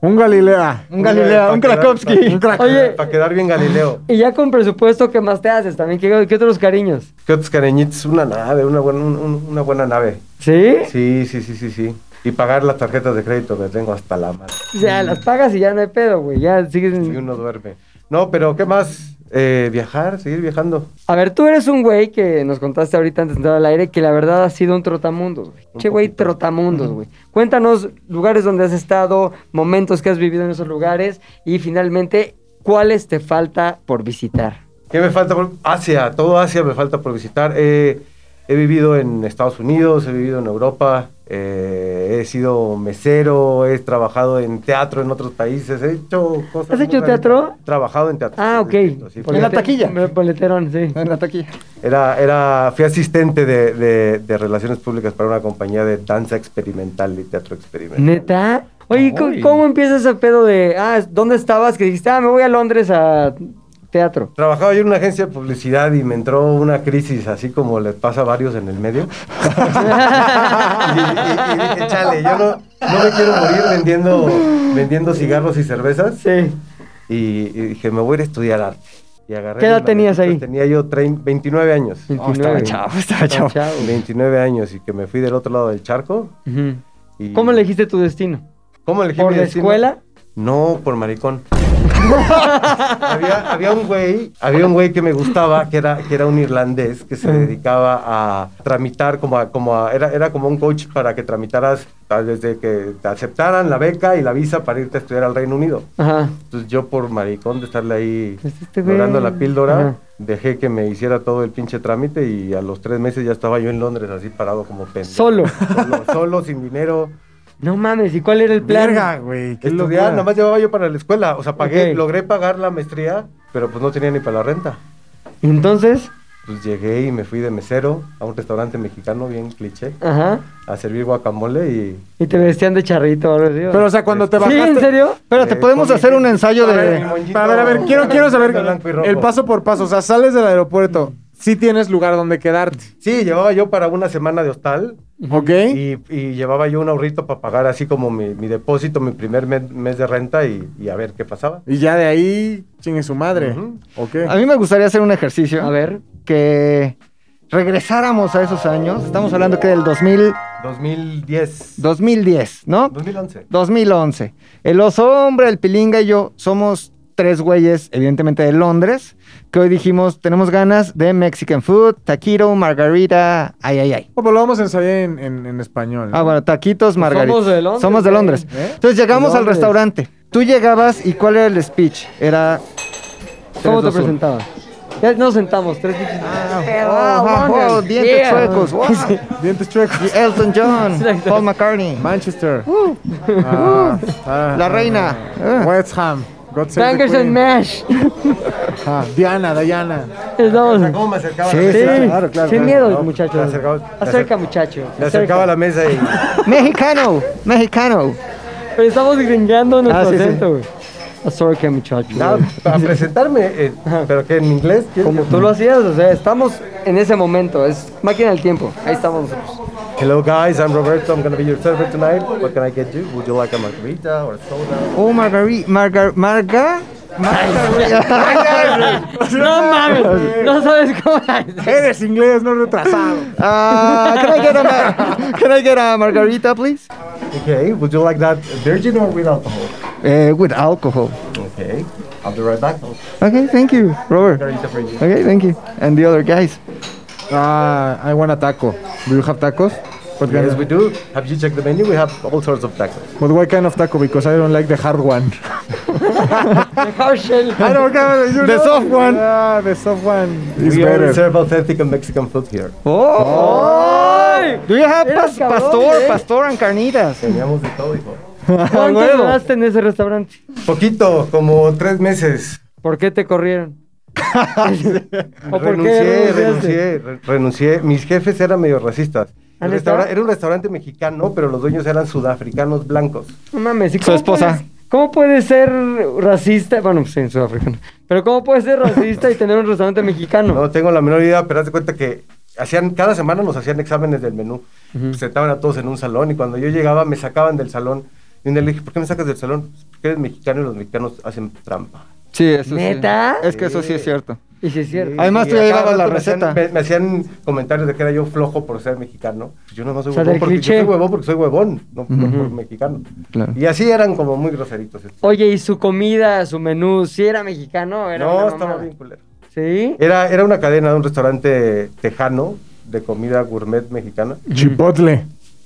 S3: Un Galilea.
S2: Un Galilea,
S4: pa'
S2: un
S4: quedar-
S2: Krakowski.
S4: pa- pa-
S1: Oye.
S4: Para quedar bien Galileo.
S1: Y ya con presupuesto, ¿qué más te haces también? ¿Qué, qué otros cariños?
S4: ¿Qué otros cariñitos? Una nave, una buena, un- un- una buena nave.
S1: ¿Sí?
S4: Sí, sí, sí, sí, sí. Y pagar las tarjetas de crédito que tengo hasta la madre.
S1: O sea, las pagas y ya no hay pedo, güey. Ya sigues...
S4: Y uno duerme. No, pero ¿qué más? Eh, viajar, seguir viajando.
S1: A ver, tú eres un güey que nos contaste ahorita antes de entrar al aire que la verdad ha sido un trotamundos, güey.
S4: Un
S1: Che, güey,
S4: poquito.
S1: trotamundos, güey. Cuéntanos lugares donde has estado, momentos que has vivido en esos lugares y finalmente, ¿cuáles te falta por visitar?
S4: ¿Qué me falta por Asia? Todo Asia me falta por visitar. Eh, he vivido en Estados Unidos, he vivido en Europa, eh, he sido mesero, he trabajado en teatro en otros países, he hecho cosas.
S1: ¿Has
S4: muy
S1: hecho
S4: raritas.
S1: teatro?
S4: Trabajado en teatro.
S1: Ah,
S4: sí,
S1: ok.
S4: distinto, sí.
S2: En la
S1: Polete-
S2: taquilla. Ah,
S1: Poleterón, sí.
S2: En la taquilla.
S4: Era, era, fui asistente de, de- de relaciones públicas para una compañía de danza experimental y teatro experimental.
S1: ¿Neta? Oye, ¿cómo,
S2: Uy.
S1: cómo empieza ese pedo de, ah, ¿dónde estabas? Que dijiste, ah, me voy a Londres a teatro.
S4: Trabajaba yo en una agencia de publicidad y me entró una crisis, así como les pasa a varios en el medio. y, y- y dije, chale, yo no, no me quiero morir vendiendo, vendiendo cigarros y cervezas.
S1: Sí.
S4: Y, y dije, me voy a ir a estudiar arte. Y agarré
S1: ¿Qué edad
S4: mis
S1: tenías ahí? Oh,
S4: maletitas. Tenía yo trein- 29 años.
S2: No, estaba
S1: 29.
S2: chavo, estaba Ah, pues, chavo.
S1: Chao.
S4: 29 años y que me fui del otro lado del charco.
S1: Ujú.
S4: y-
S1: ¿Cómo elegiste tu destino?
S4: ¿Cómo elegí
S1: ¿Por
S4: mi
S1: la
S4: destino?
S1: escuela?
S4: No, por maricón. había, había un güey, había un güey que me gustaba, que era, que era un irlandés, que
S1: Mm.
S4: se dedicaba a tramitar como a, como a- era, era como un coach para que tramitaras ah, desde que te aceptaran la beca y la visa para irte a estudiar al Reino Unido.
S1: Ajá.
S4: Entonces yo por maricón de estarle ahí
S1: Pues este güey-
S4: dorando la píldora,
S1: Ajá.
S4: dejé que me hiciera todo el pinche trámite y a los tres meses ya estaba yo en Londres así parado como pendejo.
S1: Solo.
S4: Solo, solo, sin dinero.
S1: No mames, ¿y cuál era el plan?
S3: Verga, güey. qué
S4: Estudiar,
S3: locura.
S4: nada más llevaba yo para la escuela. O sea, pagué,
S1: Ok.
S4: logré pagar la maestría, pero pues no tenía ni para la renta.
S1: Y entonces,
S4: Pues llegué y me fui de mesero a un restaurante mexicano, bien cliché,
S1: ajá.
S4: a servir guacamole y.
S1: Y te vestían de charrito o algo así. ¿o?
S3: Pero, o sea, cuando te
S1: ¿Sí?
S3: bajaste...
S1: ¿En serio?
S2: Espérate,
S4: Eh,
S2: podemos
S4: con
S2: hacer
S4: mi-
S2: un ensayo
S4: A ver, mi
S2: de.
S4: moño.
S3: A ver, a ver, quiero, quiero saber
S4: Blanco y rojo.
S3: el paso por paso. O sea, sales del aeropuerto, sí tienes lugar donde quedarte,
S4: Sí, llevaba yo para una semana de hostal
S3: ¿ok?
S4: y, y llevaba yo un ahorrito para pagar así como mi, mi depósito, mi primer me- mes de renta y, y a ver qué pasaba.
S3: Y ya de ahí, chingue su madre,
S4: Ujú.
S3: ¿ok?
S2: A mí me gustaría hacer un ejercicio.
S1: A ver.
S2: Que regresáramos a esos años. Estamos hablando que del 2000,
S4: 2010.
S2: 2010, ¿no?
S4: 2011.
S2: 2011. El oso hombre, el pilinga y yo somos tres güeyes, evidentemente de Londres, que hoy dijimos, tenemos ganas de Mexican food, taquito, margarita, ay, ay, ay.
S3: Bueno, pues lo vamos a ensayar en, en- en español.
S2: Ah, bueno, taquitos, margarita.
S1: Pues somos de Londres,
S2: Somos de
S1: güey.
S2: Londres.
S3: ¿Eh?
S2: Entonces llegamos al
S1: Londres.
S2: restaurante. Tú llegabas y ¿cuál era el speech? Era...
S1: ¿Cómo te
S2: 3, 2, 1.
S1: presentabas? Ya nos sentamos, tres pinches.
S2: Ah, oh, Wow, wow, wow, dientes
S1: Yeah.
S2: oh, chuecos, wow.
S3: Dientes chuecos.
S2: Y Elton John, Paul McCartney,
S3: Manchester. Ah, ah,
S2: la reina.
S3: Uh. ah.
S2: Ah.
S3: West Ham. God save the
S1: Bangers and
S3: Queen.
S1: Mash.
S3: Ah, Diana, Diana.
S4: O sea,
S1: Estamos.
S4: ¿Cómo me acercaba
S2: Sí,
S4: a la
S1: Sí,
S4: mesa?
S2: claro, claro, pues,
S1: sin
S2: claro.
S1: miedo,
S4: No,
S1: muchachos.
S4: te acercaba- te
S1: Acerca,
S4: acer-
S1: muchacho.
S4: Me acercaba a la mesa y.
S2: Mexicano, mexicano.
S1: Pero estamos gringando nuestro
S2: Ah, sí, sí.
S1: acento, güey. Acerca, muchacho.
S4: Nada, para presentarme, eh, pero que en inglés. ¿Qué?
S1: Como tú lo hacías, o sea, estamos en ese momento, es máquina del tiempo. Ahí estamos nosotros.
S4: Hello, guys. I'm Roberto. I'm going to be your server tonight. What can I get you? Would you like a margarita or a soda?
S2: Oh, Margarita. Margar. Marga. Marga.
S1: No mames, no sabes cómo es.
S3: Eres inglés, no retrasado.
S2: Ah, can I get a mar- can I get a margarita, please?
S4: Okay. Would you like that virgin or with alcohol?
S2: Eh, with alcohol.
S4: Okay. I'll be right back.
S2: Okay, thank you, Robert.
S4: Margarita for you.
S2: Okay, thank you. And the other guys.
S3: Ah, I want a taco. Do you have tacos? What kind
S4: Yes,
S3: of-
S4: we do. Have you checked the menu? We have all sorts of tacos.
S3: But what kind of taco? Because I don't like the hard one.
S1: Herschel.
S3: I don't care. you
S2: The
S3: know?
S2: soft one.
S3: Yeah, the soft one is
S4: we only
S3: better.
S4: serve authentic and Mexican food here.
S2: Oh. Do you have
S1: Eres
S2: pas-
S1: cabrón,
S2: pastor,
S1: eh.
S2: pastor and carnitas?
S4: Teníamos de todo, hijo.
S1: ¿Cuánto
S2: huevo.
S1: duraste en ese restaurante?
S4: Poquito, como tres meses.
S1: ¿Por qué te corrieron? ¿O por qué
S4: renuncié,
S1: renunciaste?
S4: renuncié, re- renuncié. Mis jefes eran medio racistas.
S1: ¿Ah,
S4: El
S1: neta?
S4: restaura- era un restaurante mexicano, pero los dueños eran sudafricanos blancos.
S1: No mames, ¿y
S2: Su
S1: cómo
S2: esposa.
S1: puedes- ¿Cómo puedes ser racista? Bueno, pues en Sudáfrica. ¿no? Pero ¿cómo puedes ser racista y tener un restaurante mexicano?
S4: No tengo la menor idea, pero haz de cuenta que hacían, cada semana nos hacían exámenes del menú. Pues, Sentaban a todos en un salón y cuando yo llegaba me sacaban del salón. Y un día le dije, ¿por qué me sacas del salón? "Pues, Porque eres mexicano y los mexicanos hacen trampa.
S2: Sí, eso
S1: ¿Neta?
S2: sí. Es que eso sí es cierto.
S1: Y si es cierto.
S2: Ay, Además,
S4: Y
S2: tú ya
S4: a
S2: llevabas
S4: cada
S2: la
S4: rato me hacían-
S2: receta.
S4: Me, me hacían comentarios de que era yo flojo por ser mexicano. Pues Yo nomás soy
S1: O sea,
S4: huevón
S1: del
S4: porque yo
S1: cliché.
S4: soy huevón porque soy huevón, no, no por mexicano.
S2: Claro.
S4: Y así eran como muy groseritos. estos.
S1: Oye, ¿y su comida, su menú, si era mexicano? Era
S4: no,
S1: una
S4: estaba
S1: mamada?
S4: bien culero.
S1: ¿Sí?
S4: Era, era una cadena de un restaurante tejano de comida gourmet mexicana
S3: Chipotle.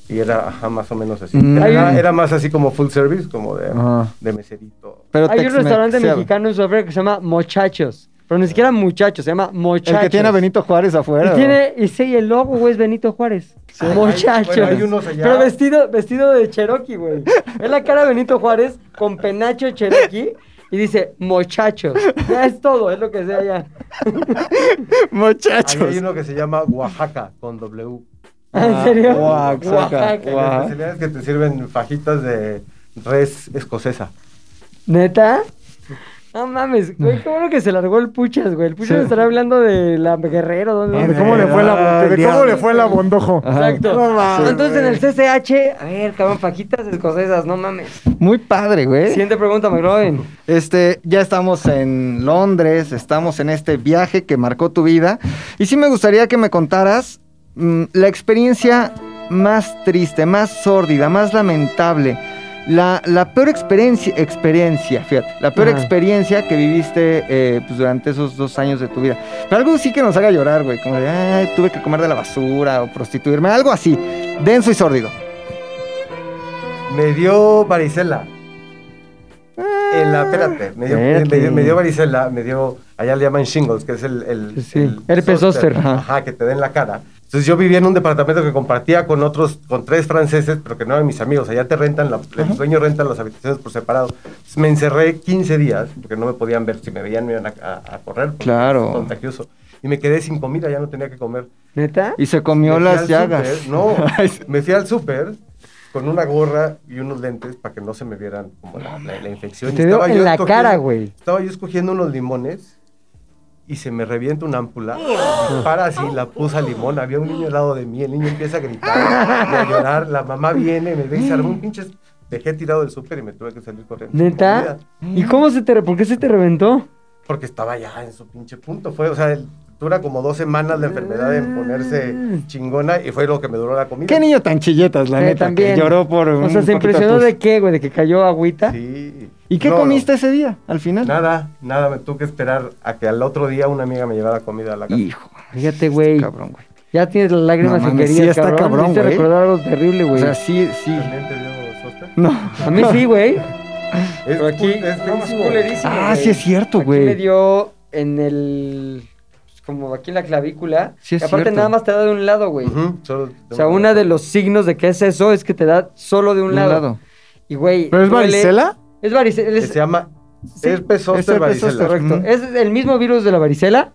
S4: y era ajá, más o menos así.
S2: Mm.
S4: Era, era más así como full service, como de,
S3: Ajá.
S4: de meserito.
S2: Pero
S1: Hay un
S2: Tex-Mex,
S1: restaurante
S2: sí,
S1: mexicano en Sudáfrica que se llama Mochachos. Pero ni siquiera Muchachos, se llama Mochachos.
S2: El que tiene a Benito Juárez afuera.
S1: Y
S2: ¿no?
S1: tiene, y sí, el logo, güey, es Benito Juárez. Muchachos.
S4: hay- bueno, hay unos allá.
S1: Pero vestido, vestido de Cherokee, güey. Es la cara de Benito Juárez con penacho Cherokee y dice, muchachos. Ya es todo, es lo que sea ya.
S4: Ahí hay
S2: Muchachos.
S4: uno que se llama Oaxaca con W.
S2: Ah,
S1: ¿En serio?
S2: Oaxaca,
S4: La
S2: Oaxaca.
S4: especialidad es que te sirven fajitas de res escocesa.
S1: ¿Neta? No mames, güey, qué bueno que se largó el Puchas, güey. El Puchas estará hablando de la Guerrero. ¿dónde?
S3: ¿De cómo le fue la,
S2: Ay,
S3: de cómo
S2: diablo.
S3: le fue el abondojo?
S1: Exacto.
S3: No mames.
S1: Entonces en el CCH, a ver, cabrón, fajitas escocesas, no mames.
S2: Muy padre, güey.
S1: Siguiente pregunta, McLovin.
S2: Este, ya estamos en Londres, estamos en este viaje que marcó tu vida. Y sí me gustaría que me contaras mm, la experiencia más triste, más sórdida, más lamentable. La, la peor experiencia, experiencia, fíjate, la peor
S1: Ajá.
S2: experiencia que viviste eh, pues, durante esos dos años de tu vida. Pero algo sí que nos haga llorar, güey, como de, "Ay, tuve que comer de la basura o prostituirme, algo así, denso y sórdido.
S4: Me dio varicela.
S1: Ah,
S4: En la, espérate, me dio, me,
S2: Espérate.
S4: dio, me dio varicela, me dio, allá le llaman shingles, que es el... el,
S1: Sí,
S4: el
S1: herpes zóster, ajá.
S4: Ajá. que te den la cara. Entonces yo vivía en un departamento que compartía con otros, con tres franceses, pero que no eran mis amigos. Allá te rentan, la- el dueño renta las habitaciones por separado. Entonces, me encerré 15 días, porque no me podían ver. Si me veían me iban a, a- a correr, porque
S2: Claro.
S4: es contagioso. Y me quedé sin comida, ya no tenía que comer.
S1: ¿Neta?
S2: Y se comió
S4: Me fui
S2: las
S4: al
S2: llagas.
S4: súper, no,
S2: Ay, sí.
S4: me fui al súper con una gorra y unos lentes para que no se me vieran como la, la- la infección.
S1: Te
S4: Y
S1: veo
S4: estaba
S1: en
S4: yo
S1: la
S4: escogiendo-
S1: cara, güey.
S4: Estaba yo escogiendo unos limones y se me revienta una ámpula. Me Para así, la puse a limón. Había un niño al lado de mí. El niño empieza a gritar y a llorar. La mamá viene, me ve y se armó un pinche. Dejé tirado del súper y me tuve que salir corriendo.
S1: ¿Neta? ¿Y cómo se te... re- ¿Por qué se te reventó?
S4: Porque estaba ya en su pinche punto. Fue, o sea, el- dura como dos semanas la enfermedad en ponerse chingona y fue lo que me duró la comida.
S2: Qué niño tan chilletas, la
S1: Eh,
S2: neta, que lloró por
S1: O
S2: un
S1: sea, ¿se
S2: poquito
S1: impresionó
S2: tus-
S1: de qué, güey? ¿De que cayó agüita?
S4: Sí.
S2: ¿Y qué
S4: No,
S2: comiste ese día, al
S4: no,
S2: final?
S4: Nada, nada, me tuve que esperar a que al otro día una amiga me llevara comida a la casa.
S2: Hijo,
S4: Este
S1: Fíjate, güey.
S2: cabrón, güey.
S1: Ya tienes las lágrimas
S2: No
S1: en
S2: mames, sí,
S1: querías,
S2: está
S1: cabrón.
S2: cabrón,
S1: Me hiciste
S2: güey.
S1: recordar algo terrible,
S2: O
S1: güey.
S2: sea, sí, sí. Mm.
S4: ¿También te dio sosta?
S2: No.
S1: a mí sí, güey.
S4: Es,
S1: Pero aquí-
S4: es
S1: no, es
S4: feísimo.
S1: culerísimo.
S2: Ah,
S1: güey.
S2: sí es cierto,
S1: Aquí me
S2: güey.
S1: dio en el... pues, Como aquí en la clavícula.
S2: Sí es
S1: y aparte
S2: cierto.
S1: nada más te da de un lado, güey.
S4: Ujú, solo
S1: O sea, uno de los signos de que es eso es que te da solo de un,
S2: Un
S1: lado.
S2: lado.
S1: Y, güey...
S3: ¿Pero es
S1: duele-
S3: varicela?
S1: Es varicela.
S4: Que
S1: es-
S4: se llama
S1: Sí,
S4: herpes zóster
S2: herpes
S4: varicela.
S2: zóster.
S1: Correcto.
S2: Ujú.
S1: Es el mismo virus de la varicela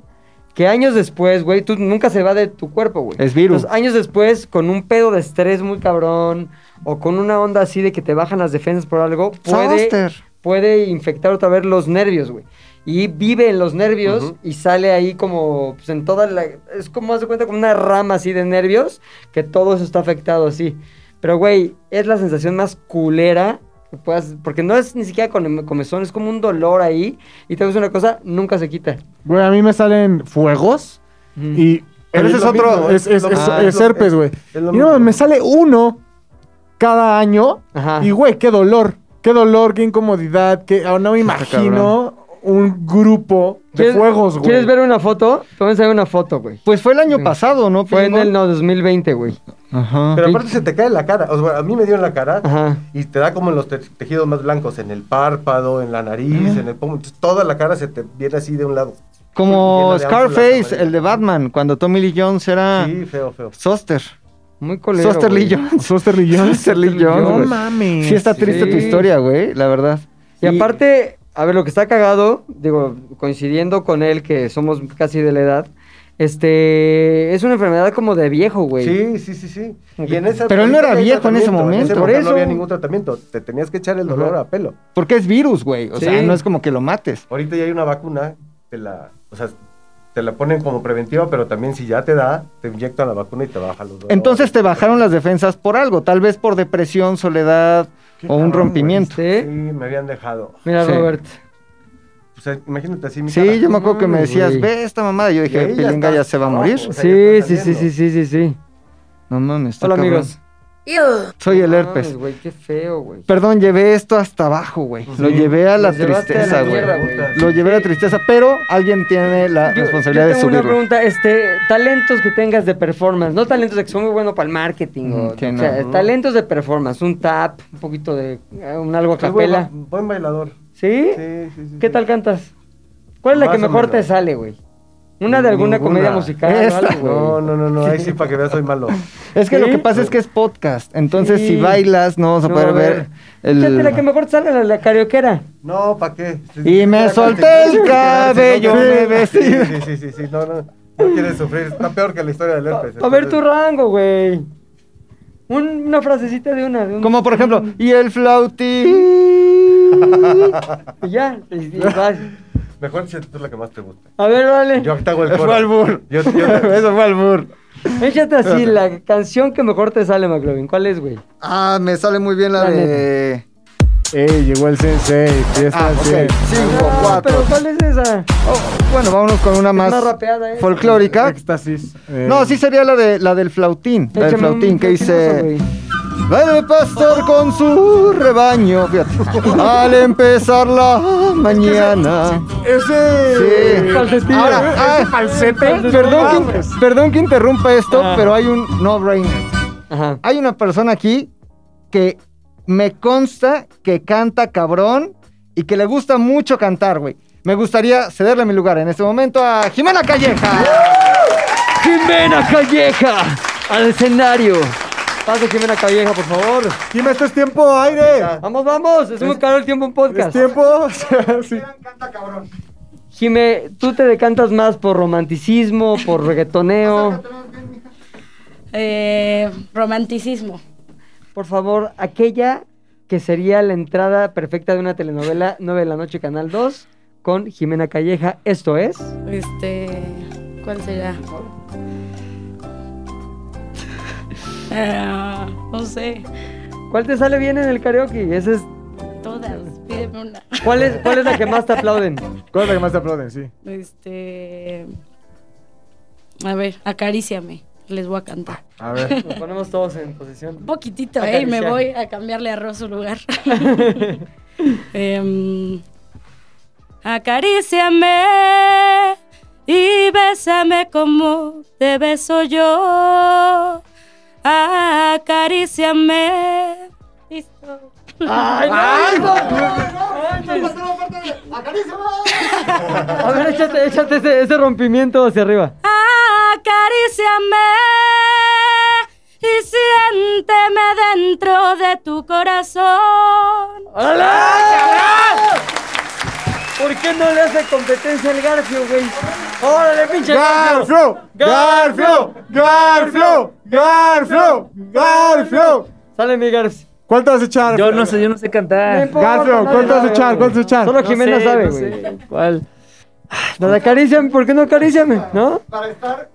S1: que años después, güey, tú nunca se va de tu cuerpo, güey.
S2: Es virus.
S1: Entonces, años después, con un pedo de estrés muy cabrón o con una onda así de que te bajan las defensas por algo, puede,
S2: Zóster.
S1: puede infectar otra vez los nervios, güey. y vive en los nervios
S4: Ujú.
S1: y sale ahí como pues, en toda la... Es como, haz de cuenta, como una rama así de nervios que todo eso está afectado así. Pero, güey, es la sensación más culera que puedas... Porque no es ni siquiera con comezón, es como un dolor ahí. Y te ves una cosa, nunca se quita.
S3: Güey, a mí me salen fuegos
S1: Ujú.
S3: y...
S2: Pero ese es
S4: lo
S2: otro-
S4: mismo,
S3: Es, es-
S4: lo
S3: es-
S4: mismo.
S2: Ah,
S3: es herpes, güey.
S4: es lo
S3: Y no,
S4: mismo.
S3: me sale uno cada año.
S2: Ah.
S1: Ajá.
S3: Y, güey, qué dolor. Qué dolor, qué incomodidad. Qué... ah, no me
S2: Está
S3: imagino un grupo de
S1: ¿Quieres-
S3: fuegos, güey.
S1: ¿Quieres ver una foto? Te voy a enseñar una foto, güey.
S2: Pues fue el año
S1: Sí.
S2: pasado, ¿no?
S1: Mm. Fue en
S2: Pingo?
S1: el no, 2020, güey.
S2: Ajá.
S4: Pero aparte se te cae en la cara. O sea, a mí me dio en la cara
S1: Ajá.
S4: y te da como en los te- tejidos más blancos, en el párpado, en la nariz, en el pomo. Entonces, toda la cara se te viene así de un lado.
S2: Como
S4: Llena de ámpulas amarillas.
S2: Scarface, el de Batman, cuando Tommy Lee Jones era
S4: Sí, feo, feo.
S2: Soster.
S1: Muy colero,
S2: Soster
S1: güey.
S2: Lee Jones.
S3: Soster Lee Jones.
S2: Soster Lee Jones,
S3: No
S2: güey.
S3: mames.
S2: Sí está triste
S1: Sí.
S2: tu historia, güey, la verdad.
S1: Y aparte, a ver, lo que está cagado, digo, coincidiendo con él, que somos casi de la edad, este, es una enfermedad como de viejo, güey.
S4: Sí, sí, sí, sí. Y en esa-
S2: Pero él no era
S4: ahorita hay
S2: viejo en ese
S4: tratamiento,
S2: momento.
S4: esa
S1: Por
S4: época No
S1: eso.
S4: había ningún tratamiento. Te tenías que echar el dolor
S1: Ajá.
S4: a pelo.
S2: Porque es virus, güey. O
S1: Sí.
S2: sea, no es como que lo mates.
S4: Ahorita ya hay una vacuna, te la, o sea, te la ponen como preventiva, pero también si ya te da, te inyectan la vacuna y te baja los dolores.
S2: Entonces te bajaron las defensas por algo, tal vez por depresión, soledad
S3: Qué
S2: o un
S3: cabrón,
S2: rompimiento.
S4: Sí,
S1: ¿Viste?
S4: me habían dejado.
S1: Mira,
S2: Sí.
S1: Robert.
S4: O sea, imagínate así mi cara.
S2: Sí, yo me acuerdo que me
S1: Ay,
S2: decías,
S1: güey.
S2: ve esta mamada. Yo dije,
S4: Y ahí ya
S2: Pilinga ya
S4: estás
S2: se va a
S4: abajo.
S2: morir.
S4: O sea,
S1: Sí,
S4: ya
S1: sí,
S4: está
S1: sí, sí, sí, sí, sí.
S2: No mames. está
S1: Hola,
S2: cabrón.
S1: amigos.
S2: Soy el
S1: No
S2: herpes.
S1: mames, güey, qué feo, güey.
S2: Perdón, llevé esto hasta abajo, güey. Lo
S4: Sí.
S2: llevé a la
S1: Lo llevaste a la
S2: tristeza, güey.
S1: mierda,
S4: güey.
S2: Lo llevé a la tristeza, pero alguien tiene la
S1: Yo- yo
S2: responsabilidad de
S1: tengo una
S2: subirlo.
S1: pregunta, este, talentos que tengas de performance, no talentos de que son muy buenos para el marketing, o,
S2: Mm, que
S1: o
S2: no.
S1: sea, talentos de performance, un tap, un poquito de, eh, un algo a
S4: Soy buen,
S1: capela,
S4: ba- buen bailador.
S1: ¿sí?
S4: Sí, sí, sí.
S1: ¿Qué
S4: sí.
S1: tal cantas? ¿Cuál es la
S4: Más
S1: que
S4: o
S1: mejor te
S4: menos.
S1: sale, güey? Una de alguna
S4: Ninguna.
S1: comedia musical o
S2: Esta.
S1: algo, güey.
S4: No, no, no, no, ahí sí para que veas soy malo.
S2: Es que lo
S1: ¿Sí?
S2: que pasa es que es podcast. Entonces,
S1: Sí.
S2: si bailas, no vas a
S1: No,
S2: poder
S1: a ver.
S2: ver
S1: Échate la que
S2: el.
S1: mejor te sale, la, la karaoquera.
S4: No, ¿para qué?
S2: Y me solté el cabello, me vestí.
S4: Sí, sí, sí, sí, sí, no, no. No quieres sufrir, está peor que la historia del herpes.
S1: A ver tu
S4: entonces-
S1: rango, güey. Un- una frasecita de una. de un-
S2: Como por ejemplo, y el flauti.
S1: Y ya. y- y vas.
S4: Mejor si tú la que más te gusta.
S1: A ver, vale.
S4: Yo te hago el
S2: Eso
S4: coro.
S2: fue albur.
S4: Yo, yo,
S2: Eso fue albur.
S1: Échate así la canción que mejor te sale, McLovin. ¿Cuál es, güey?
S2: Ah, me sale muy bien
S1: La
S2: la de.
S3: Ey, llegó el sensei. Fiesta
S2: Ah,
S3: del
S2: ok.
S3: sensei.
S2: Cinco,
S1: No, Ah, pero
S2: cuatro.
S1: ¿cuál es esa?
S2: Oh, bueno, vámonos con una más.
S1: más rapeada, ¿eh?
S2: Folclórica.
S3: Éxtasis. eh,
S2: No, sí sería la de la del flautín. La del
S1: Échame un
S2: flautín que
S1: flautinazo,
S2: dice.
S1: güey.
S2: Vale pastor con su rebaño. Fíjate. Al empezar la mañana.
S3: Ese.
S2: Sí.
S1: Calcetín,
S2: Ahora,
S1: ¿eh?
S2: ah,
S3: Ese falsete.
S1: calcetín.
S2: Perdón
S1: No
S2: que,
S1: mames.
S2: perdón que interrumpa esto,
S1: Ah.
S2: pero hay un no-brainer.
S1: Ajá.
S2: Hay una persona aquí que me consta que canta cabrón y que le gusta mucho cantar, güey. Me gustaría cederle mi lugar en este momento a Jimena Calleja.
S1: Jimena Calleja al escenario. Pase Jimena Calleja, por favor.
S3: Dime, esto es tiempo, aire.
S1: Vamos, vamos. Es muy caro el tiempo en
S3: Es
S1: podcast.
S3: tiempo. sí.
S1: Jime, tú te decantas más por romanticismo, por reggaetoneo.
S5: Eh, romanticismo.
S1: Por favor, aquella que sería la entrada perfecta de una telenovela 9 de la noche, Canal 2, con Jimena Calleja. Esto es.
S5: Este. ¿Cuál será? Ah, no sé.
S1: ¿Cuál te sale bien en el karaoke? Ese es.
S5: Todas. Pídeme una.
S1: ¿Cuál es, cuál es la que más te aplauden?
S3: ¿Cuál es la que más te aplauden? Sí.
S5: Este. A ver, acaríciame. Les voy a cantar.
S3: A ver.
S1: Nos ponemos todos en posición.
S5: Un poquitito, ¿eh? Y Me
S1: Acariciar.
S5: voy a cambiarle a Ro su lugar. Em, acaríciame y bésame como te beso yo. Acaríciame. Listo.
S1: ¡Ay, no! A ver, échate, échate ese, ese rompimiento hacia arriba.
S5: Acaríciame y siénteme dentro de tu corazón.
S1: ¡Hola! ¿Por qué no le hace competencia al Garfio, güey? ¡Órale, pinche Garfio!
S3: ¡Garfio! ¡Garfio! ¡Garfio! ¡Garfio! ¡Garfio!
S1: Sale mi Garfio.
S3: ¿Cuál te vas a echar?
S6: Yo no sé, yo no sé cantar.
S3: Ah, Garfio, ¿cuál te vas a echar? ¿Cuál te vas a echar?
S1: Solo
S6: No
S1: Jimena
S6: sé,
S1: sabe,
S6: no
S1: güey.
S6: sé. ¿Cuál?
S1: Nos acarician, ¿por qué no acariciame? ¿No?
S2: Para estar.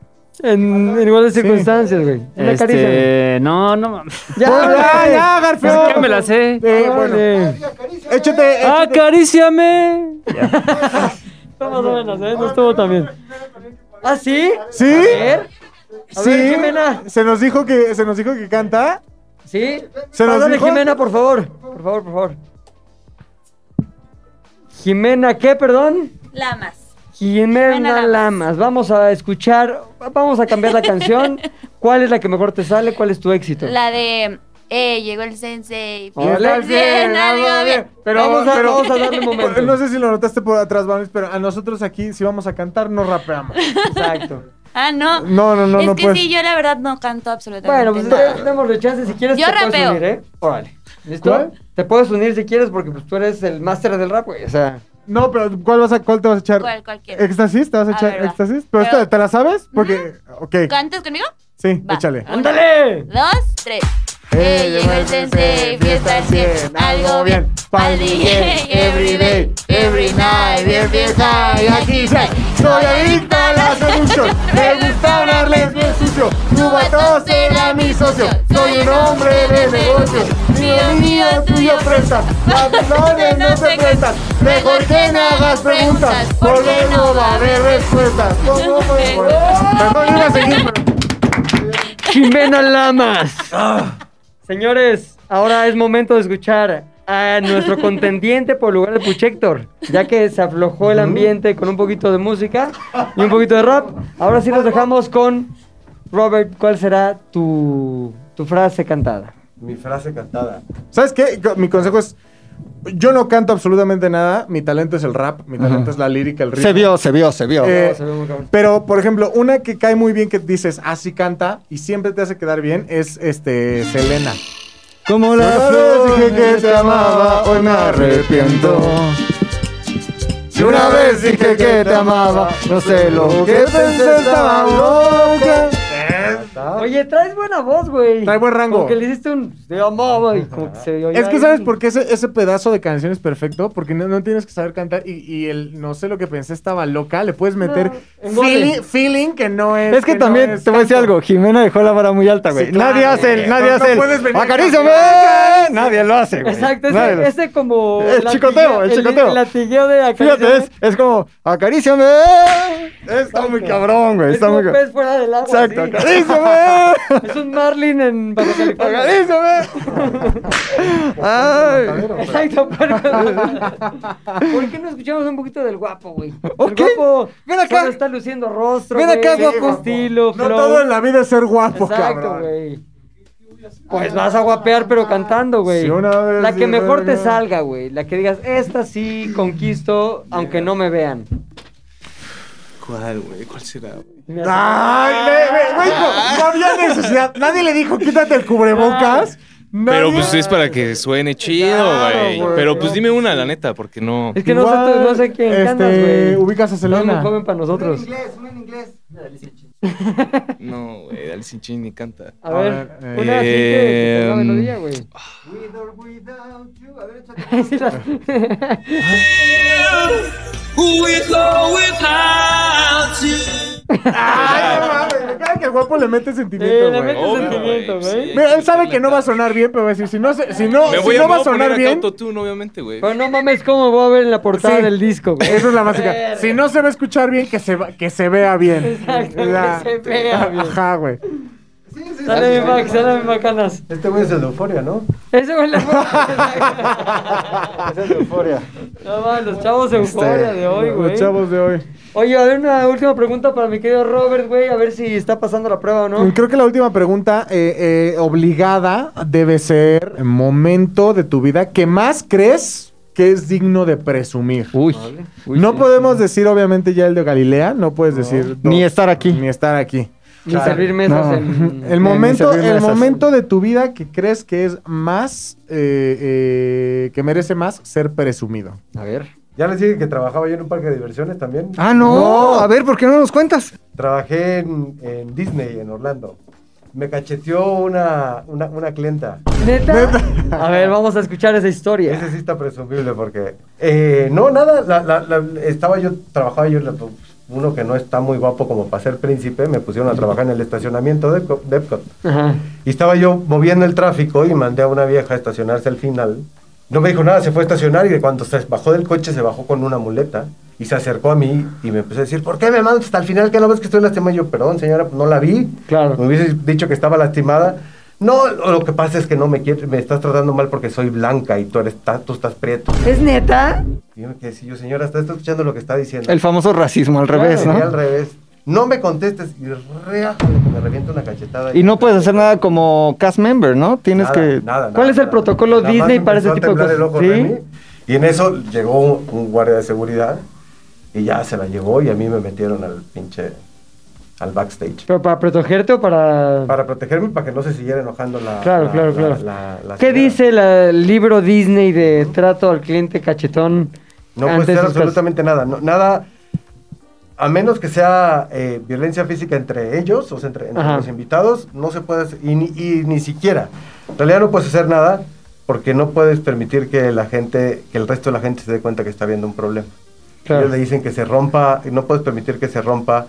S1: En, en iguales circunstancias, güey. Una acaríciame.
S6: Este, no, no mames.
S1: Ya,
S3: ya,
S1: güey. Ah,
S3: ya,
S6: Pues
S3: Garfio.
S6: ya me la sé.
S3: Eh, bueno,
S1: Órale.
S3: échate.
S1: Ah,
S3: échate.
S6: ¡Acaríciame!
S1: Está más o menos, ¿eh? No estuvo también. ¿Ah, sí?
S3: ¿Sí?
S1: A ver. A
S3: sí.
S1: ver, Jimena.
S3: Se nos dijo que se nos dijo que canta.
S1: ¿Sí?
S3: Se nos
S1: Pásale,
S3: dijo-
S1: Jimena, por favor. Por favor, por favor. Jimena, ¿qué, perdón?
S7: Lamas.
S1: Jimena,
S7: Jimena
S1: Lamas.
S7: Lamas.
S1: Vamos a escuchar, vamos a cambiar la canción. ¿Cuál es la que mejor te sale? ¿Cuál es tu éxito?
S7: La de. Eh, llegó el sensei.
S1: Hola,
S3: Está
S7: bien,
S3: algo
S7: algo bien.
S3: Pero
S1: vamos, a,
S3: pero-
S1: vamos a darle un momento.
S3: No sé si lo notaste por atrás, Vamos, pero a nosotros aquí, si vamos a cantar, no rapeamos.
S1: Exacto.
S7: Ah, no.
S3: No, no, no,
S7: es
S3: no
S7: que
S3: puedes.
S7: sí, yo la verdad no canto absolutamente.
S1: Bueno, pues
S7: nada.
S1: dé- démosle chance si quieres.
S7: Yo
S1: te puedes
S7: rapeo.
S1: unir, ¿eh? Órale. ¿Listo?
S3: ¿Cuál?
S1: Te puedes unir si quieres porque pues, tú eres el máster del rap, güey. O sea,
S3: No, pero ¿cuál vas a, cuál te vas a echar?
S7: ¿Cuál, cuál quieres?
S3: ¿Éxtasis? ¿Te vas a
S7: A
S3: echar
S7: ver, va.
S3: éxtasis? Pero,
S7: Pero-
S3: esta, ¿te la sabes? Porque, ok,
S7: ¿Cantas conmigo?
S3: sí,
S7: Va.
S3: échale.
S7: Una,
S1: ¡ándale!
S7: dos, tres. Eh, llegó el sensei, fiesta al 100, algo bien. Pa'l DJ, every day, every night, bien fiesta, y aquí soy.
S3: Soy adicto a la seducción, me gusta hablarles bien sucio. Tu vato será mi socio, soy un hombre de negocios. Mío, mío, tuyo prestas, papelones no te prestas. Mejor que me hagas preguntas, porque no va a haber respuestas. ¿Cómo me voy? Perdón, iba a seguir, pero...
S1: Jimena Lamas. Señores, ahora es momento de escuchar a nuestro contendiente por lugar de Puchector, ya que se aflojó el ambiente con un poquito de música y un poquito de rap. Ahora sí nos dejamos con Robert, ¿cuál será tu, tu frase cantada?
S4: Mi frase cantada.
S3: ¿Sabes qué? Co- Mi consejo es... Yo no canto absolutamente nada, mi talento es el rap, mi talento es la lírica, el ritmo.
S2: Se vio, se vio, se vio.
S3: Eh,
S1: No, se ve muy cabrón.
S3: Pero, por ejemplo, una que cae muy bien que dices así canta y siempre te hace quedar bien es este Selena.
S2: Como
S3: Yo
S2: la
S3: una
S2: flor
S3: vez
S2: dije que te amaba, hoy me arrepiento. Si una vez dije que te amaba, no sé lo que pensé, estaba loca.
S1: Oye, traes buena voz, güey.
S3: Trae buen rango.
S1: Como que le hiciste un te amaba y como que se oía
S3: Es que sabes
S1: ahí.
S3: por qué ese, ese pedazo de canción es perfecto, porque no, no tienes que saber cantar y, y el no sé lo que pensé estaba loca, le puedes meter
S1: engorde.
S3: feeling, feeling que no es.
S2: Es que también
S3: no es
S2: te voy a decir
S3: canto.
S2: algo, Jimena dejó la vara muy alta, güey.
S3: Sí, claro,
S2: nadie hace
S3: güey.
S2: el, nadie
S3: No- no
S2: hace
S3: puedes
S2: el.
S3: venir
S2: ¡Acaríciame!
S3: aquí.
S2: Nadie lo hace, güey.
S1: Exacto,
S2: Nadie
S1: ese,
S2: lo-
S1: ese como...
S2: El
S1: latigue-
S2: chicoteo, el chicoteo.
S1: El latigueo de acaricia.
S2: Fíjate, es, es como, acaríciame. Está muy cabrón, güey.
S1: Es
S2: Está
S1: como
S2: muy
S1: un
S2: cabrón.
S1: pez fuera del agua.
S2: Exacto,
S1: así.
S2: acaríciame.
S1: Es un Marlin en Baja California.
S2: ¡Acaríciame! Ay.
S1: Exacto, puerco. ¿Por qué no escuchamos un poquito del guapo, güey?
S2: Ok,
S1: El guapo
S2: ven acá.
S1: solo está luciendo rostro,
S2: Ven
S1: güey,
S2: acá, guapo.
S1: tiene Estilo,
S3: No
S1: flow.
S3: todo en la vida es ser guapo,
S1: Exacto,
S3: cabrón.
S1: güey. Pues vas a guapear, pero cantando, güey.
S3: Si una vez
S1: La que
S3: dije
S1: mejor te
S3: no.
S1: salga, güey. La que digas, esta sí conquisto, aunque no me vean.
S8: ¿Cuál, güey? ¿Cuál será, güey?
S1: Me hace-
S2: ¡Ah!
S3: Ay, ve, ve, güey, no, no había necesidad. Nadie le dijo, quítate el cubrebocas. Nadie-
S8: Pero pues es para que suene chido,
S1: Claro,
S8: güey.
S1: güey.
S8: Pero pues dime una, la neta, porque no.
S1: Es que no sé,
S3: Igual,
S1: no sé quién
S3: este,
S1: cantas, güey.
S3: ubicas a
S1: No es muy
S3: Selena.
S1: joven para nosotros.
S8: No, güey, Dale Sin Chin ni canta.
S1: A ver,
S3: A ver, eh,
S1: una así que, que tenga
S8: eh,
S1: melodía, güey. Sí, la-
S3: Ay, no mames, me caga que el guapo le mete
S1: Eh, le
S3: sentimiento, güey.
S1: metes
S8: Obvio,
S1: sentimiento,
S8: güey, pues,
S1: güey.
S8: sí.
S3: Mira, él sabe que no va a sonar bien, pero va a decir, si no, se- si no,
S8: Me
S3: si
S8: voy,
S3: no va
S8: me voy
S3: a sonar
S8: poner
S3: bien,
S8: autotune, obviamente, güey.
S1: Pero no mames, ¿cómo voy a ver en la portada
S3: Sí.
S1: del disco, güey?
S3: eso es la básica. Si no se va a escuchar bien, que se, va- que se vea bien.
S1: Exacto, que
S3: Ya.
S1: se vea bien.
S3: Ajá, güey.
S1: Sale mi Max, sale mi Macanas.
S4: Este güey es el de Euforia, ¿no?
S1: Ese güey le fue. Esa es euforia. No mames, los chavos euforia de hoy,
S3: Este, Los
S1: güey.
S3: chavos de hoy.
S1: Oye, a ver, una última pregunta para mi querido Robert, güey. A ver si está pasando la prueba o no.
S3: Creo que la última pregunta eh, eh, obligada debe ser el momento de tu vida que más crees que es digno de presumir.
S2: Uy,
S3: no podemos decir, obviamente, ya el de Galilea, no puedes decir
S2: Ni estar aquí.
S3: ni estar aquí.
S1: Ni servir mesas
S2: No.
S1: en.
S2: Ni-
S3: El momento,
S2: ni servir
S3: el
S2: mesas.
S3: momento de tu vida que crees que es más, eh, eh, que merece más ser presumido.
S1: A ver.
S4: Ya les dije que trabajaba yo en un parque de diversiones también.
S2: Ah, no. A ver, ¿por qué no nos cuentas?
S4: Trabajé en, en Disney, en Orlando. me cacheteó una, una, una clienta.
S1: ¿Neta? A ver, vamos a escuchar esa historia.
S4: Ese sí está presumible porque... eh, no, nada, la- la- la- estaba yo, trabajaba yo, la- uno que no está muy guapo como para ser príncipe, me pusieron a trabajar en el estacionamiento de Epcot- de Epcot.
S1: Ajá.
S4: Y estaba yo moviendo el tráfico y mandé a una vieja a estacionarse al final. No me dijo nada, se fue a estacionar y de cuando se bajó del coche se bajó con una muleta y se acercó a mí y me empezó a decir, ¿por qué me mandas hasta el final que no ves que estoy lastimada? Y yo, perdón señora, pues no la vi.
S1: Claro.
S4: Me hubiese dicho que estaba lastimada. No, lo lo que pasa es que no me quieres, me estás tratando mal porque soy blanca y tú, eres, ta- tú estás prieto.
S1: ¿Es neta?
S4: Y yo me quedé así, yo señora, está está escuchando lo que está diciendo.
S2: El famoso racismo al revés,
S4: Claro, y
S2: ¿no?
S4: al revés. No me contestes y reajo, me reviento una cachetada.
S2: Y no puedes hacer nada como cast member, ¿no? Tienes
S4: Nada,
S2: que...
S4: nada,
S1: ¿Cuál
S4: nada,
S1: es el
S4: nada.
S1: protocolo
S4: Nada más
S1: Disney
S4: me
S1: para ese
S4: empezó a
S1: tipo de
S4: temblar el
S1: cosas?
S4: ojo,
S1: ¿Sí?
S4: Remy, Y en eso llegó un, un guardia de seguridad y ya se la llevó y a mí me metieron al pinche al backstage
S1: ¿Pero para protegerte o para...?
S4: para protegerme para que no se siguiera enojando la
S1: Claro,
S4: la-
S1: claro,
S4: la-
S1: claro.
S4: la- la
S1: ¿Qué
S4: señora.
S1: dice la- el libro Disney de trato al cliente cachetón?
S4: No puede
S1: ante
S4: ser
S1: sus cas-
S4: absolutamente nada. no- nada, a menos que sea eh, violencia física entre ellos, o sea, entre, entre
S1: Ajá.
S4: los invitados, no se puede hacer, y, ni- y ni siquiera. En realidad no puedes hacer nada porque no puedes permitir que la gente, que el resto de la gente se dé cuenta que está habiendo un problema.
S1: Claro.
S4: Ellos le dicen que se rompa, no puedes permitir que se rompa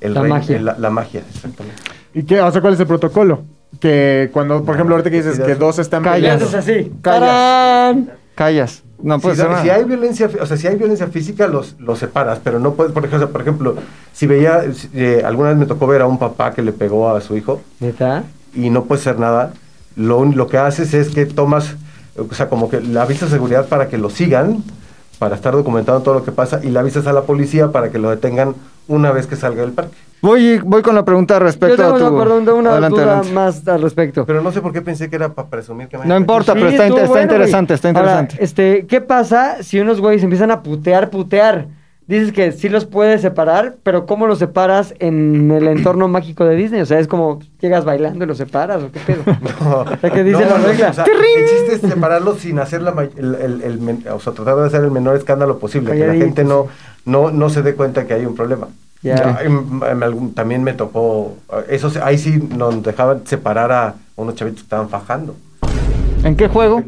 S4: el
S1: La
S4: rey-
S1: magia.
S4: el- la, la magia, exactamente.
S3: ¿Y qué? O sea, ¿cuál es el protocolo? Que cuando, por ejemplo, ahorita que dices que dos están
S1: Le
S2: Callas.
S1: haces así.
S2: Callas. Callas. No puedes
S4: si,
S2: hacer
S4: da-
S2: nada.
S4: si hay violencia, fí- o sea, si hay violencia física, los, los separas, pero no puedes, por ejemplo, por ejemplo si veía, eh, alguna vez me tocó ver a un papá que le pegó a su hijo
S1: ¿Neta?
S4: y no puedes hacer nada, lo, un- lo que haces es que tomas, o sea, como que la avisas a seguridad para que lo sigan, para estar documentando todo lo que pasa, y la avisas a la policía para que lo detengan una vez que salga del parque.
S2: Voy, voy con la pregunta
S1: Yo
S2: respecto
S1: tengo
S2: a tu...
S1: una, perdón, tengo una
S2: Adelante,
S1: duda
S2: adelante.
S1: más al respecto.
S4: Pero no sé por qué pensé que era para presumir que me
S2: No importa, pero
S1: Sí,
S2: está,
S1: estuvo
S2: inter- está
S1: bueno, güey.
S2: interesante, está
S1: Ahora,
S2: interesante.
S1: este, ¿qué pasa si unos güeyes empiezan a putear, putear? Dices que sí los puedes separar, pero ¿cómo los separas en el entorno mágico de Disney? O sea, es como llegas bailando y los separas, ¿o qué pedo?
S4: No,
S1: O sea, ¿qué dice
S4: no,
S1: la
S4: no,
S1: regla?
S4: o sea, el chiste es separarlo sin hacer la may- el, el- el men- o sea, tratar de hacer el menor escándalo posible, que la
S1: Calladitos.
S4: gente no, no, no se dé cuenta que hay un problema.
S1: Ya.
S4: Ya, en- en algún- también me tocó, eh, eso se- ahí sí nos dejaban separar a unos chavitos que estaban fajando.
S2: ¿En qué juego?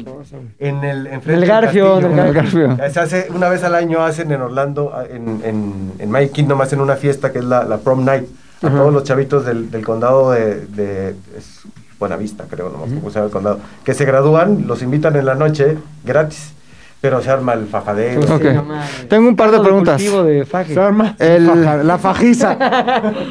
S4: En el, en
S1: El Garfio, en el
S2: Garfio.
S4: Se hace, una vez al año hacen en Orlando, a- en, en, en Magic Kingdom, hacen una fiesta que es la, la prom night. A todos los chavitos del, del condado de, de es Buenavista, creo, no me acuerdo cómo se llama el condado, que se gradúan, los invitan en la noche gratis, pero se arma el fajadero.
S1: Pues sí,
S2: Ok.
S1: no mames.
S2: Tengo un par de
S1: Caldo
S2: preguntas.
S1: cultivo de faje.
S3: Se arma
S2: El-
S3: faja- la fajiza.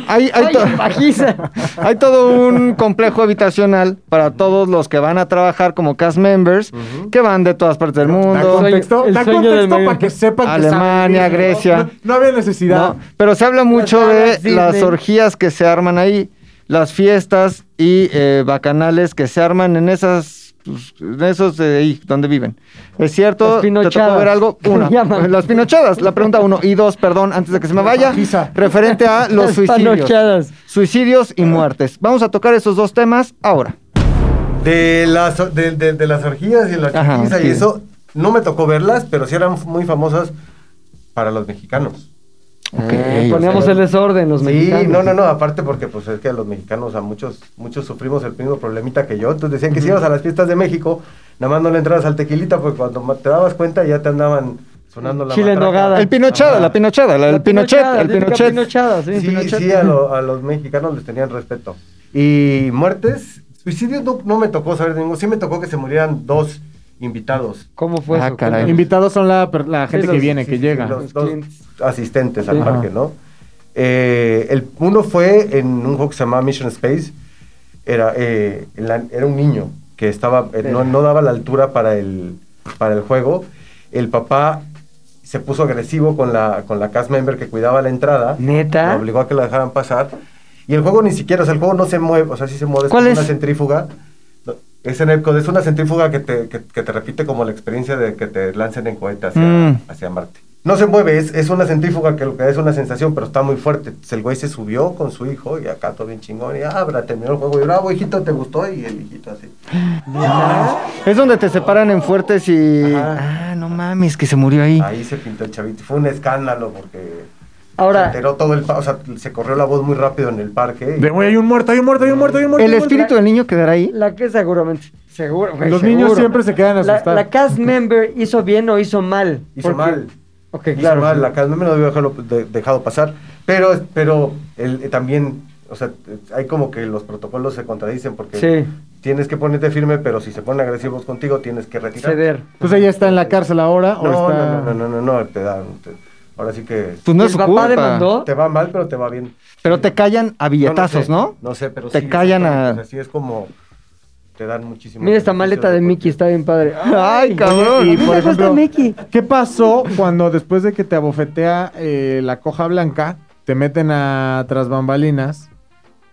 S2: Hay, hay
S1: Oye,
S2: to-
S1: fajiza.
S2: hay todo un complejo habitacional para todos los que van a trabajar como cast members, que van de todas partes del
S3: Da
S2: mundo.
S3: contexto,
S1: el
S3: da
S1: sueño del
S3: contexto
S1: medio.
S3: para que sepan que
S2: Alemania,
S3: saben bien, ¿no?
S2: Grecia.
S3: No, no había necesidad.
S2: ¿no? Pero se habla mucho de
S1: salas
S2: las
S1: Disney.
S2: orgías que se arman ahí, las fiestas y eh, bacanales que se arman en esas pues, en esos de ahí donde viven. ¿Es cierto?
S1: Las
S2: ¿Te tocó
S1: pinochadas.
S2: ver algo?
S1: ¿Qué
S2: Una.
S1: se llaman?
S2: Las pinochadas. La pregunta uno. Y dos, perdón, antes de que se me vaya.
S3: Pajisa.
S2: Referente a los
S1: Las
S2: suicidios.
S1: panochadas.
S2: Suicidios y muertes. Vamos a tocar esos dos temas ahora.
S4: De las, o- de, de- de las orgías y la
S2: Ajá,
S4: chiquiza y
S2: sí.
S4: eso, no me tocó verlas, pero sí eran muy famosas para los mexicanos.
S1: Eh, Poníamos el desorden, los mexicanos.
S4: Sí, no, no, no, aparte porque pues es que los mexicanos a muchos muchos sufrimos el mismo problemita que yo, entonces decían que si ibas a las fiestas de México, nada más no le entrabas al tequilita porque cuando ma- te dabas cuenta ya te andaban sonando la
S1: Chile en
S4: matraca.
S1: nogada.
S2: El pinochada,
S4: Ajá.
S2: la pinochada, la-
S1: La
S2: el pinochet,
S1: pinochada,
S2: el
S1: típica
S2: pinochet.
S1: pinochada, sí.
S4: Sí, sí, a, lo- a los mexicanos les tenían respeto. Y muertes, suicidios no, no me tocó saber de ninguno, sí me tocó que se murieran dos invitados.
S1: ¿Cómo fue
S2: Ah,
S1: eso?
S2: caray.
S1: Cuéntanos.
S3: Invitados son la, per- la gente
S1: Sí,
S3: que
S1: los-
S3: viene,
S4: Sí,
S3: que
S4: sí,
S3: llega.
S4: Los
S1: Los
S4: dos
S1: clientes.
S4: asistentes al
S1: Ajá.
S4: parque, ¿no? Eh, el, uno fue en un juego que se llamaba Mission Space. Era, eh, en la- era un niño que estaba eh, no, no daba la altura para el, para el juego. El papá se puso agresivo con la, con la cast member que cuidaba la entrada.
S1: ¿Neta?
S4: La obligó a que la dejaran pasar. Y el juego ni siquiera, o sea, el juego no se mueve, o sea, sí se mueve.
S1: ¿Cuál
S4: como
S1: es?
S4: Una centrífuga. No, Es, en el, es una centrífuga que te, que- que te repite como la experiencia de que te lancen en cohete hacia,
S2: Mm.
S4: hacia Marte. No se mueve, es, es una centrífuga que lo que da es una sensación, pero está muy fuerte. Entonces, El güey se subió con su hijo y acá todo bien chingón. Y abra, terminó el juego. Y bravo, hijito, te gustó. Y el hijito así.
S2: Es donde te separan en fuertes y. Ah, no mames, que se murió ahí.
S4: Ahí se pintó el chavito. Fue un escándalo porque Se
S1: Ahora,
S4: enteró todo el, pa- o sea, se corrió la voz muy rápido en el parque. y-
S3: De, güey, hay un muerto, hay un muerto, hay un muerto, hay un muerto.
S2: ¿El
S3: hay un muerto".
S2: espíritu del niño quedará ahí?
S1: la que seguramente. Seguro, güey,
S3: Los niños
S1: seguro.
S3: siempre se quedan
S1: La,
S3: asustados.
S1: la cast member hizo bien o hizo mal.
S4: hizo
S1: Porque-
S4: mal.
S1: Ok,
S4: hizo
S1: claro.
S4: mal, la casa no me lo había dejado, de- dejado pasar. Pero, pero el, eh, también, o sea, eh, hay como que los protocolos se contradicen porque
S1: Sí,
S4: tienes que ponerte firme, pero si se ponen agresivos contigo, tienes que retirar.
S1: ceder.
S3: Entonces ella Pues está en la cárcel ahora.
S4: No,
S3: o
S4: no,
S3: está...
S4: no, no, no, no, no, te dan. te- ahora sí que
S2: Pues no
S1: ¿El
S2: es su
S1: papá
S2: culpa.
S1: demandó?
S4: te va mal, pero te va bien.
S2: Pero te callan a billetazos,
S4: no,
S2: ¿no?
S4: sé, No sé, pero
S2: Te
S4: sí,
S2: callan a-
S4: exactamente, o sea, sí es como te dan muchísimo.
S1: Mira esta maleta de Mickey, está bien padre.
S2: Ay, cabrón.
S3: Y por
S1: Mira, falta
S3: ejemplo,
S1: Mickey.
S3: ¿qué pasó cuando después de que te abofetea eh, la coja blanca, te meten a tras bambalinas?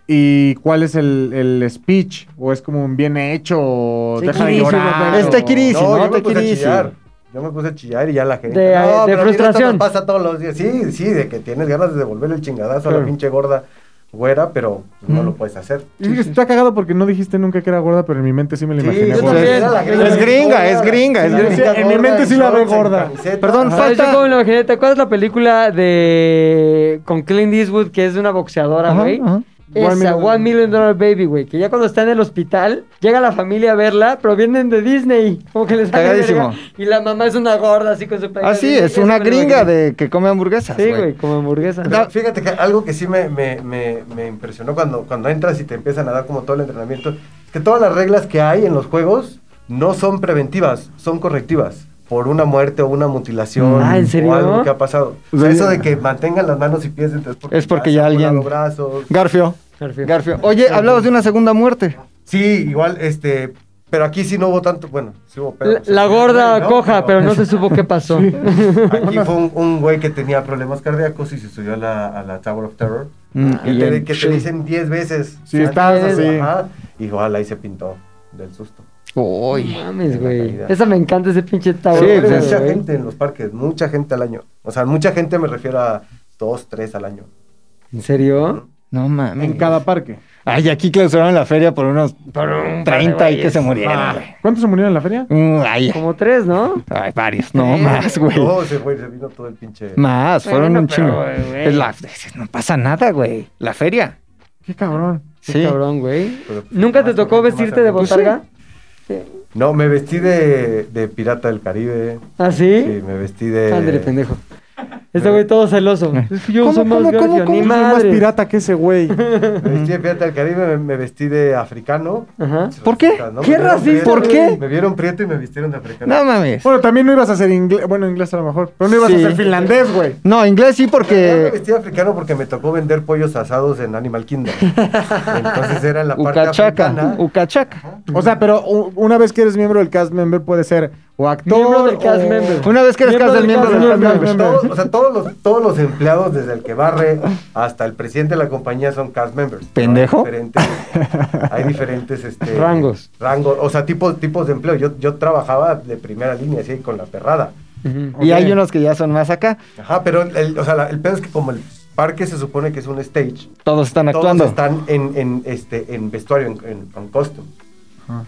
S3: ¿Y cuál es el, el speech? ¿O es como un bien hecho? O
S1: Sí,
S3: deja de
S1: quirísimo,
S3: llorar?
S1: pero-
S3: o-
S2: Este quiris-
S4: No,
S2: ¿no?
S4: yo me
S2: Te
S4: puse a
S2: quiere
S4: chillar.
S2: decir.
S4: Yo me puse a chillar y ya la gente.
S1: De-
S4: no,
S1: de
S4: pero mira, esto
S1: frustración.
S4: nos pasa todos los días. Sí, sí, de que tienes ganas de devolverle el chingadazo a
S1: Claro.
S4: la pinche gorda güera, pero pues, no lo puedes hacer.
S3: Sí, Está cagado porque no dijiste nunca que era gorda, pero en mi mente sí me la
S4: Sí,
S3: imaginé.
S4: yo
S3: gorda.
S4: también.
S2: Es-
S4: Era la
S2: es gringa, es gringa, es
S4: La
S2: gringa.
S4: gringa
S3: En mi
S4: gorda,
S3: mente sí
S4: en
S3: la ve
S4: shorts, en
S3: gorda.
S4: camiseta.
S2: Perdón,
S1: Ajá.
S2: falta-
S1: Yo como me lo imaginé, ¿te acuerdas la película de con Clint Eastwood que es de una boxeadora,
S2: Ajá,
S1: güey?
S2: ajá.
S1: Esa,
S3: One Million
S1: One Million Dollar Baby, güey. Que ya cuando está en el hospital, llega la familia a verla, pero vienen de Disney. Como que les sale
S2: Cagadísimo.
S1: verga, Y la mamá es una gorda así con su playera
S2: Ah, sí,
S1: de Disney,
S2: es
S1: eso me
S2: una
S1: lo
S2: gringa
S1: imaginé.
S2: de que come hamburguesas.
S1: Sí, güey, como hamburguesa.
S4: Pero Fíjate que algo que sí me, me- me- me impresionó cuando, cuando entras y te empiezan a dar como todo el entrenamiento, es que todas las reglas que hay en los juegos no son preventivas, son correctivas por una muerte o una mutilación
S1: Ah, ¿en serio?
S4: o algo que ha pasado. O sea,
S3: Sí.
S4: eso de que mantengan las manos y pies dentro
S2: Es porque ya
S4: has
S2: alguien-
S4: volado brazos.
S2: Garfio.
S1: Garfio.
S2: Garfio. Oye, hablabas de una segunda muerte.
S4: Sí, igual, este, pero aquí sí no hubo tanto, bueno, sí hubo pedo.
S1: La, la gorda coja, pero no se supo qué pasó.
S4: Aquí fue un, un güey que tenía problemas cardíacos y se subió a la, a la Tower of Terror.
S2: Mm,
S4: Que
S2: y
S4: te,
S2: en-
S4: que te dicen 10 veces.
S3: Sí, estás
S4: Antes,
S3: así.
S4: ajá, y ojalá ahí se pintó del susto.
S2: Uy.
S1: No mames, güey.
S4: caída.
S1: Esa me encanta ese pinche
S4: Pero
S1: tablero,
S4: muere
S2: pues,
S4: mucha
S1: güey.
S4: gente en los parques, mucha gente al año. O sea, mucha gente me refiero a dos, tres al año.
S1: ¿En serio?
S2: No mames.
S3: En cada parque.
S2: Ay, aquí clausuraron la feria por unos 30 y que se murieron, güey.
S3: ¿Cuántos se murieron en la feria?
S2: Mm, Ay,
S1: Como tres, ¿no?
S2: ay, varios. No, más, Pues, güey.
S4: No, se fue, se vino todo el pinche.
S2: Más, fueron
S1: Bueno,
S2: un
S1: pero,
S2: chingo.
S1: güey.
S2: Es la- no pasa nada, güey. La feria.
S3: Qué cabrón.
S1: Qué
S2: Sí.
S1: cabrón, güey.
S4: Pero, pues,
S1: ¿Nunca te
S4: más
S1: tocó
S4: corriente, más
S1: vestirte de
S4: ambiente.
S1: botarga?
S4: No, me vestí de, de pirata del Caribe.
S1: ¿Ah, sí?
S4: Sí, me vestí de.
S1: Ándale, pendejo. Este güey todo celoso. Es que yo soy más garfio, ni
S3: Yo soy más
S1: madre.
S3: pirata que ese güey.
S4: Me vestí de pirata del Caribe, me, me vestí de africano.
S1: Ajá.
S2: ¿Por qué?
S4: No,
S1: ¿Qué
S4: me vieron
S1: racista,
S4: prieto,
S1: ¿Por qué?
S4: Me vieron prieto y me vistieron de africano.
S2: No mames.
S3: Bueno, también no ibas a ser inglés. Bueno, inglés a lo mejor. Pero no ibas
S2: Sí.
S3: a ser finlandés, güey.
S2: No, inglés sí
S4: Yo me
S2: porque
S4: vestí de africano porque me tocó vender pollos asados en Animal Kingdom. Entonces era en la parte
S2: Ucachaca,
S4: africana.
S2: Ucachaca.
S3: O sea, pero u- una vez que eres miembro del cast member, puede ser o actor.
S1: Miembro del cast
S3: o-
S1: member.
S2: Una vez que eres
S1: Miembro
S2: casa
S1: del
S2: del miembro pues,
S1: cast
S2: del cast
S3: member.
S2: member.
S4: Todos, o sea, todos los, todos los empleados, desde el que barre hasta el presidente de la compañía, son cast members. ¿no?
S2: Pendejo.
S4: Hay diferentes, hay diferentes, este,
S1: Rangos.
S4: rangos, o sea, tipos, tipos de empleo. Yo, yo trabajaba de primera línea, así, con la perrada.
S1: Ujú.
S2: Y
S3: Ok.
S2: hay unos que ya son más acá.
S4: Ajá, pero el, o sea, la- el pedo es que como el parque se supone que es un stage,
S2: Todos están
S4: todos
S2: actuando.
S4: están en, en, este, en vestuario, en, en, en costume.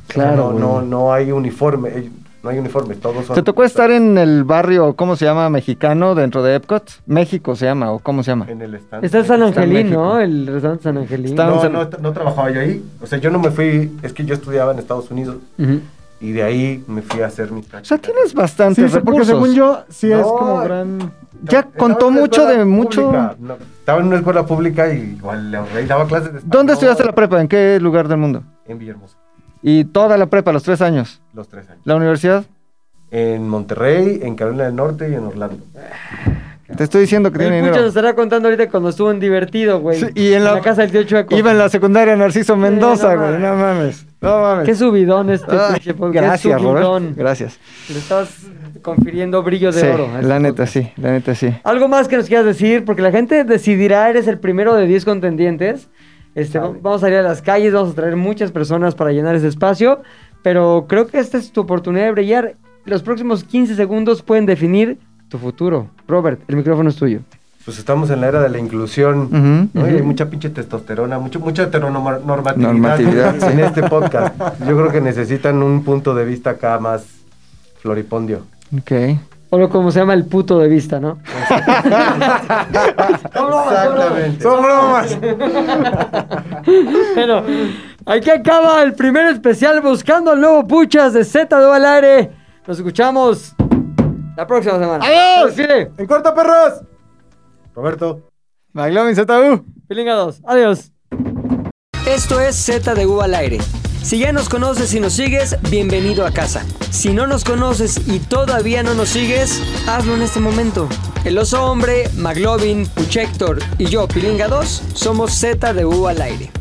S1: Claro,
S4: No,
S1: güey.
S4: no, no hay uniforme, eh, no hay uniforme, todos son...
S2: ¿Te tocó estar en el barrio, cómo se llama, mexicano, dentro de Epcot? México se llama, o cómo se llama.
S4: En el stand.
S1: Está en San
S2: Está en
S1: Angelín,
S2: México.
S1: ¿no? El restaurante San Angelín.
S2: Está-
S4: No,
S2: San-
S4: no, no trabajaba yo ahí. O sea, yo no me fui, es que yo estudiaba en Estados Unidos
S1: Ujú.
S4: y de ahí me fui a hacer mis
S2: O
S4: prácticas.
S2: sea, tienes
S3: Sí,
S2: bastantes
S3: porque
S2: recursos.
S3: según yo, sí es
S4: No.
S3: como gran.
S2: ya
S4: Estaba
S2: contó
S4: en una
S2: mucho de
S4: escuela
S2: mucho.
S4: pública, no, estaba en una escuela pública y igual le ahorré y daba clases de
S2: ¿Dónde
S4: español
S2: estudiaste la prepa? ¿En qué lugar del mundo?
S4: En Villahermosa,
S2: Y toda la prepa, los tres años.
S4: los tres años.
S2: La universidad.
S4: En Monterrey, en Carolina del Norte y en Orlando.
S2: Te estoy diciendo que tiene
S1: El Pucho
S2: dinero.
S1: nos estará contando ahorita cuando estuvo en divertido, güey.
S2: Sí, y en la-
S1: casa del tío Chueco.
S2: Iba en la secundaria Narciso Mendoza,
S1: no
S2: güey. No mames. No mames.
S1: Qué subidón este
S2: Ay,
S1: pinche podcast.
S2: gracias,
S1: Qué subidón.
S2: Robert. Gracias.
S1: Le estás confiriendo brillo de
S2: Sí,
S1: oro. a este
S2: la neta,
S1: podcast.
S2: sí. La neta, sí.
S1: Algo más que nos quieras decir, porque la gente decidirá, eres el primero de 10 contendientes. Este, va- vamos a ir a las calles, vamos a traer muchas personas para llenar ese espacio, pero creo que esta es tu oportunidad de brillar. Los próximos 15 segundos pueden definir tu futuro. Robert, el micrófono es tuyo.
S4: Pues estamos en la era de la inclusión.
S2: Ujú.
S4: ¿no? Y hay mucha pinche testosterona, mucho, mucha heteronormatividad
S2: Normatividad, sí.
S4: en este podcast. Yo creo que necesitan un punto de vista acá más floripondio.
S2: Ok.
S1: O lo como se llama el puto de vista, ¿no?
S4: Exactamente.
S3: Son bromas.
S1: Bueno, aquí acaba el primer especial buscando al nuevo Puchas de Z2 al aire. Nos escuchamos la próxima semana.
S2: ¡Adiós!
S1: Despide,
S3: ¡En corto, perros!
S4: Roberto.
S2: Maglomin ZU.
S1: Pilinga 2. Adiós. Esto es Z de U al aire. Si ya nos conoces y nos sigues, bienvenido a casa. Si no nos conoces y todavía no nos sigues, hazlo en este momento. El oso hombre, Maglovin, Puchector y yo, Pilinga 2, somos Z de U al aire.